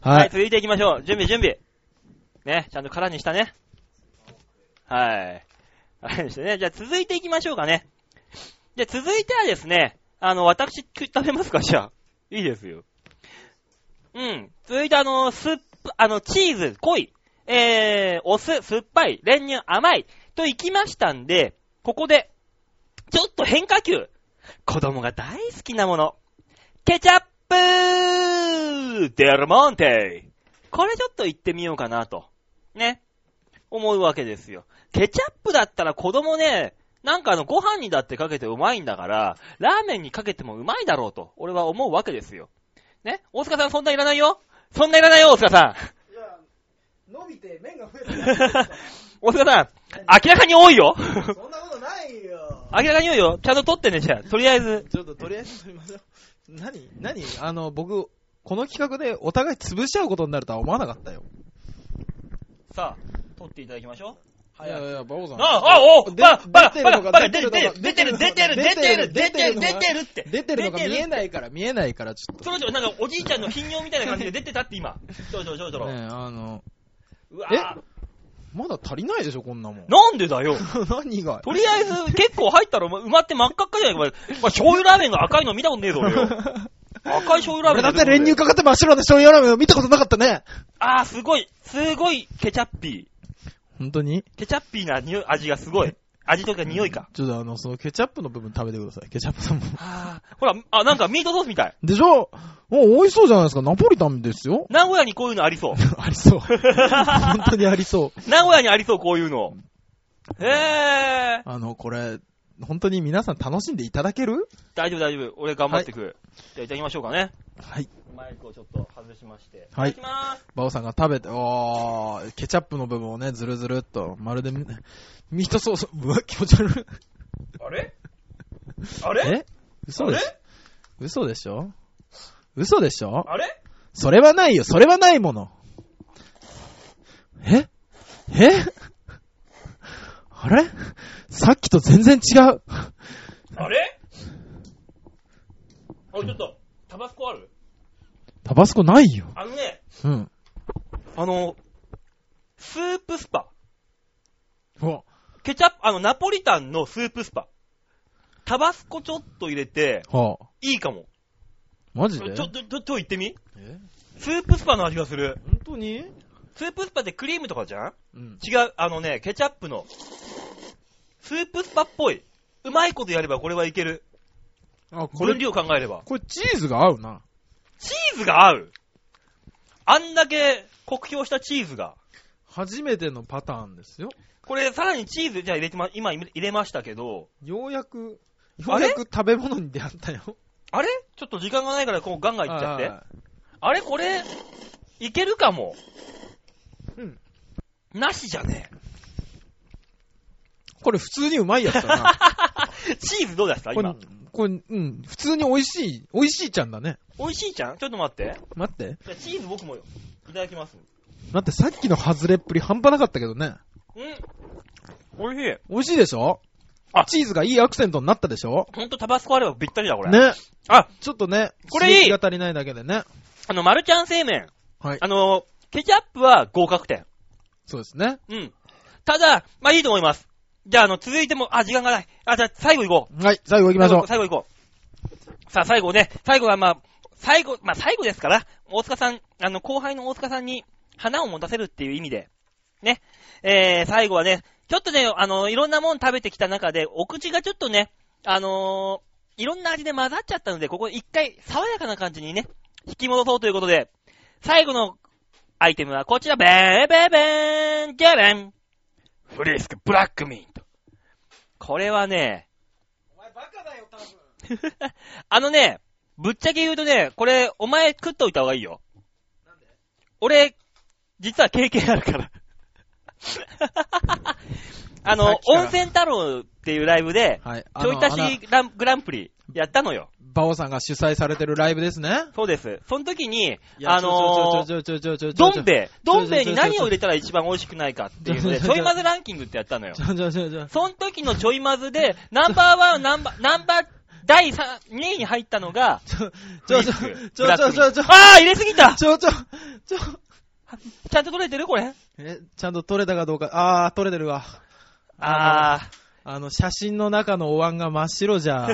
ははい、い。続いていきましょう。準備、準備。ね、ちゃんと空にしたね。はい。あれでしたね。じゃあ続いていきましょうかね。じゃあ続いてはですね、あの、私、食べますかじゃあ。いいですよ。うん。続いてあの、すっぱ、あの、チーズ、濃い、えー、お酢、酸っぱい、練乳、甘い、といきましたんで、ここで、ちょっと変化球。子供が大好きなもの。ケチャップデルモンテこれちょっと言ってみようかなと。ね。思うわけですよ。ケチャップだったら子供ね、なんかあの、ご飯にだってかけてうまいんだから、ラーメンにかけてもうまいだろうと、俺は思うわけですよ。ね大塚さんそんないらないよそんないらないよ、大塚さん伸びて麺が増え大塚さん、明らかに多いよそんなことな (laughs) いよ。明らかに多いよ。ちゃんと取ってね、じゃあ。とりあえず。ちょっととりあえず飲みましょう。何何あの、僕、この企画でお互い潰し合うことになるとは思わなかったよ。さあ、取っていただきましょう。いやいや、バオさん。あ、あ、おでバカ、バカ、出てるバのカ、がバカ、出出ててる、る出のてがる、出てる、出てる、出てる、出てる、出てるって。出てるのが見えい。ないから、見えないから、ちょっと。その人、なんかおじいちゃんの頻尿みたいな感じで出てたって (laughs) 今。ちょろちょろちょろちょねろ。え、あの、うわぁ。まだ足りないでしょ、こんなもん。なんでだよ。何がとりあえ (laughs) ず、結構入ったら埋まって真っ赤っかじゃないか。お前お前醤油ラーメンが赤いの見たことねえぞ、俺 (laughs) よ。赤い醤油ラーメ俺ンだがって練乳かかって真っ白で醤油ラーメンを見たことなかったね。あー、すごい、すごい、ケチャッピ本当にー。ケチャッピーな匂い、味がすごい。味というか匂いか。ちょっとあの、そのケチャップの部分食べてください。ケチャップさんも。あー、ほら、あ、なんかミートソースみたい。。でしょもう美味しそうじゃないですか。ナポリタンですよ名古屋にこういうのありそう。ありそう。 (laughs) 本当にありそう。名古屋にありそう、こういうの。へぇー。あの、これ、本当に皆さん楽しんでいただける大丈夫、大丈夫。俺頑張ってくる。じゃあ、いただきましょうかね。はい。マイクをちょっと外しまして。はいいただきまーす。バオさんが食べて、あー、ケチャップの部分をね、ずるずるっと、まるで、ミートソース、 (laughs) うわ、気持ち悪い。あれあれえ嘘でしょ嘘でしょ嘘でしょあれそれはないよ、それはないもの。ええあれさっきと全然違う。あれあ、ちょっと、タバスコあるタバスコないよ。あのね、うん。あの、スープスパ。うケチャップ、あの、ナポリタンのスープスパ。タバスコちょっと入れて、はあ、いいかも。マジちでょ、ちょ、ちょ、ちょ、行ってみえスープスパの味がする。本当にスープスパってクリームとかじゃんうん。違う、あのね、ケチャップの。スープスパっぽい。うまいことやればこれはいける。あ、こ分れ、量考えれば。これチーズが合うな。チーズが合うあんだけ酷評したチーズが。初めてのパターンですよ。これ、さらにチーズ、じゃあ入れてま、今入れましたけど、ようやく、よあうれやく食べ物に出会ったよ。あれちょっと時間がないから、こうガンガンいっちゃって。ああれこれ、いけるかも。うん。なしじゃねーこれ普通にうまいやつだな。え。チーズどうでしたこれ今。、これ、うん、普通に美味しい、美味しいちゃんだね。美味しいじゃんちょっと待って。待って。じゃあチーズ僕もよ。いただきます。待って、さっきのハズレっぷり半端なかったけどね。うん。美味しい。美味しいでしょあチーズがいいアクセントになったでしょほんとタバスコあればぴったりだ、これ。ね。あ、ちょっとね、これいい刺激が足りないだけでね。あの、マルちゃん製麺。はいあの、ケチャップは合格点。そうですね。うん。ただ、まあいいと思います。じゃあ、あの、続いても、あ、時間がない。あ、じゃあ、最後行こう。はい、最後行きましょう。最後行こう。さあ、最後ね、最後はまあ、最後、まあ最後ですから、大塚さん、あの、後輩の大塚さんに花を持たせるっていう意味で、ね、えー、最後はね、ちょっとね、あの、いろんなもん食べてきた中で、お口がちょっとね、あのーいろんな味で混ざっちゃったので、ここ一回、爽やかな感じにね、引き戻そうということで、最後のアイテムはこちら、べーべーべーん、じゃべん。フリスク、ブラックミント。これはね、お前バカだよ、多分。あのね、ぶっちゃけ言うとね、これ、お前食っといた方がいいよ。俺、実は経験あるから。あさのっ、きから温泉太郎っていうライブで、はい、あちょいの、足あのしラングランプリやったのよ。バオさんが主催されてるライブですね。そうです。その時に、いやあのちょちょちょちょちょどちょん兵衛、どん兵衛ちょちょちょに何を入れたら一番美味しくないかっていうので、ちょちちょょいまずランキングってやったのよち。ょちょちょちょ。その時のちょいまずで、ナンバーワン、ナンバー、ナンバー、第3、2位に入ったのが、ちょフちリょスちょクちょちょちょちょああ、入れすぎた (laughs) ちょちょちょちゃんと取れてるこれ。え、ちゃんと撮れたかどうか。あー、撮れてるわ。ああの、写真の中のお椀が真っ白 (laughs) じゃ。あ。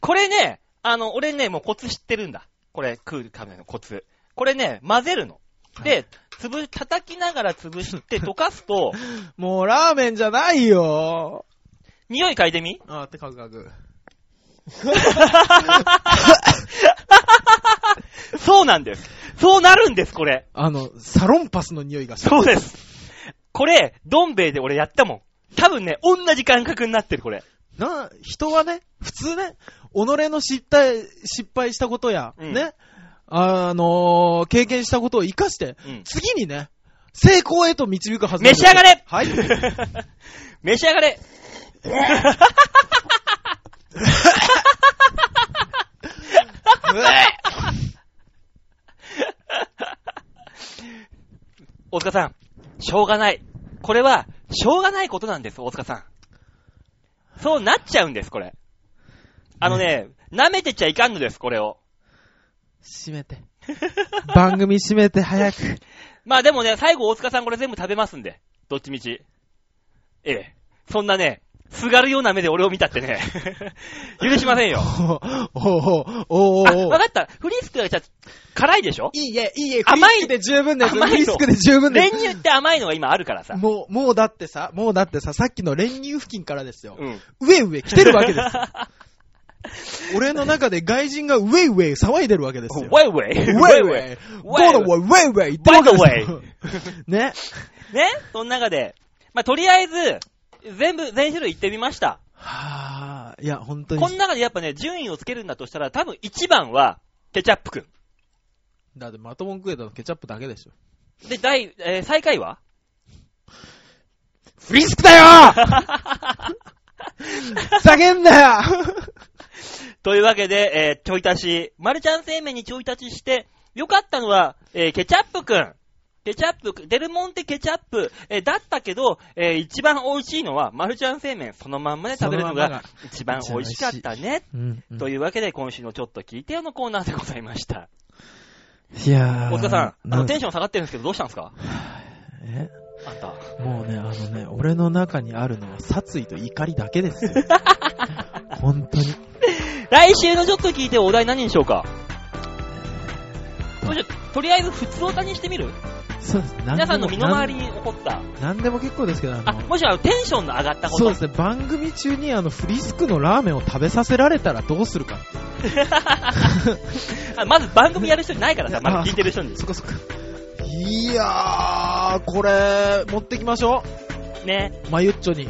これね、あの、俺ね、もうコツ知ってるんだ。これ、食うためのコツ。これね、混ぜるの。で、つぶ、叩きながら潰 (laughs) して溶かすと、もうラーメンじゃないよ匂い嗅いでみあーって書く書く。そうなんです。そうなるんです、これ。あの、サロンパスの匂いがした。そうです。これ、どん兵衛で俺やったもん。多分ね、同じ感覚になってる、これ。な、人はね、普通ね、己の失態、失敗したことや、うんね、あのー経験したことを活かして、うん次にね、成功へと導くはず召なんですしよ上がれはい。 (laughs) 召し上がれ (laughs) 大塚さん、しょうがない。これは、しょうがないことなんです、大塚さん。そうなっちゃうんです、これ。あのね、舐めてちゃいかんのです、これを。閉めて。番組閉めて早く。まあでもね、最後大塚さんこれ全部食べますんで。どっちみち。ええ。そんなね、すがるような目で俺を見たってね。 (laughs) 許しませんよ。おーおーおーおあ、ーおわ (laughs) ーかった。フリスクがちゃ、辛いでしょいいえ、いいえ、フリ甘いスクで十分です。甘いのフリスクで十分で練す。乳って甘いのが今あるからさ。もう、もうだってさ、もうだってさ、さっきの練乳付近からですよ。うん。上上来てるわ (laughs) けですよ。俺の中で外人がウェイウェイ騒いでるわけですよ。ウェイウェイ。ウェイウェイゴードウイ。ェイウェイウェイってわけですよね。ねその中で。まあ、とりあえず、全部、全種類行ってみました。はぁ、いや、本当このに。中でやっぱね、順位をつけるんだとしたら、多分1番は、ケチャップくん。だってまともに食えたのケチャップだけでしょ。で、第、えー最下位はフリスクだよふざけんなよというわけで、えーちょい足し、マルちゃん製麺にちょい足しして、よかったのは、えーケチャップくん。ケチャップくん、デルモンテケチャップ、えーだったけど、えー一番美味しいのは、マルちゃん製麺そのまんまで食べるのそのまんまがが一番美味しかったね。うんう (laughs) んというわけで、今週のちょっと聞いてよのコーナーでございました。いやー。大塚さん、あなの、テンション下がってるんですけど、どうしたんですかえあんた。もうね、あのね、俺の中にあるのは殺意と怒りだ (laughs) けですよ。本当に。来週のちょっと聞いてお題何にしようか。どうしようとりあえず、普通歌にしてみるそうです。皆さんの身の回りり。に起こった。何でも結構ですけど、ああ、の、もしくはテンションの上がったこそうとで。すね、番組中にあの、フリスクのラーメンを食べさせられたらどうするか (laughs) って。 (laughs) あまず番組やる人にないからさ、まあず聞いてる人に。そこそこ。いやー、これ、持ってきましょね。 (laughs) う。マユッチョに。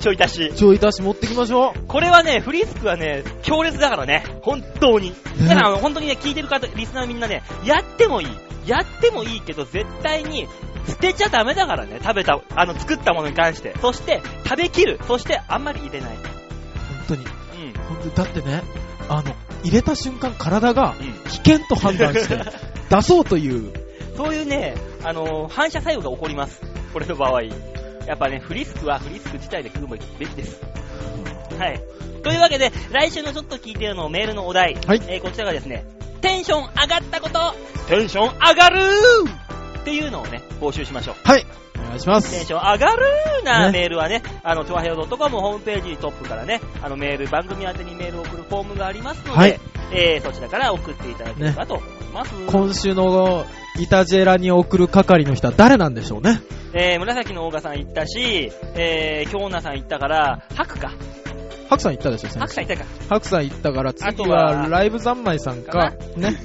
ちょい足し。ちょい出し持ってきましょう。これはね、フリスクはね、強烈だからね。本当に。ねだからあの本当にね、聞いてる方、リスナーみんなね、やってもいい。やってもいいけど、絶対に、捨てちゃダメだからね、食べた、あの、作ったものに関して。そして、食べきる。そして、あんまり入れない。本当うに。ん。本当にだってね、あの、入れた瞬間体がうん。危険と判断して (laughs) 出そうという。そういうね、あのー反射作用が起こります。これの場合。やっぱね、フリスクはフリスク自体で組むべきです。はい。というわけで、来週のちょっと聞いてるのメールのお題。はいえーこちらがですね、テンション上がったこと、テンション上がるーっていうのをね、募集しましょう。はい。お願いしまテンす。ション上がるーなねメールはね、あの、トワヘオ .com ホームページトップからね、あのメール、番組宛てにメールを送るフォームがありますので、はいえーそちらから送っていただければと思います。今週のイタジェラに送る係の人は誰なんでしょうね。えー、紫のオーガさん行ったし、えー、京奈さん行ったから、ハクか。ハクさん行ったでしょ、ハク先さ週。ん行ったか。ハクさん行ったからあと次ははライブ三昧さんかか、ね。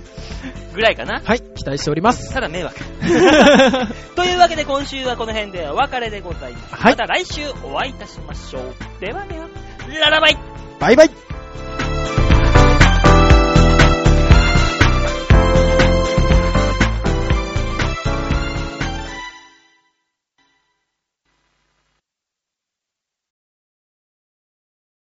ぐらいかな。はい、期待しております。 (laughs) ただ迷惑。というわけで今週はこの辺でお別れでございます。はいまた来週お会いいたしましょう。ではでは、ララバイバイバイ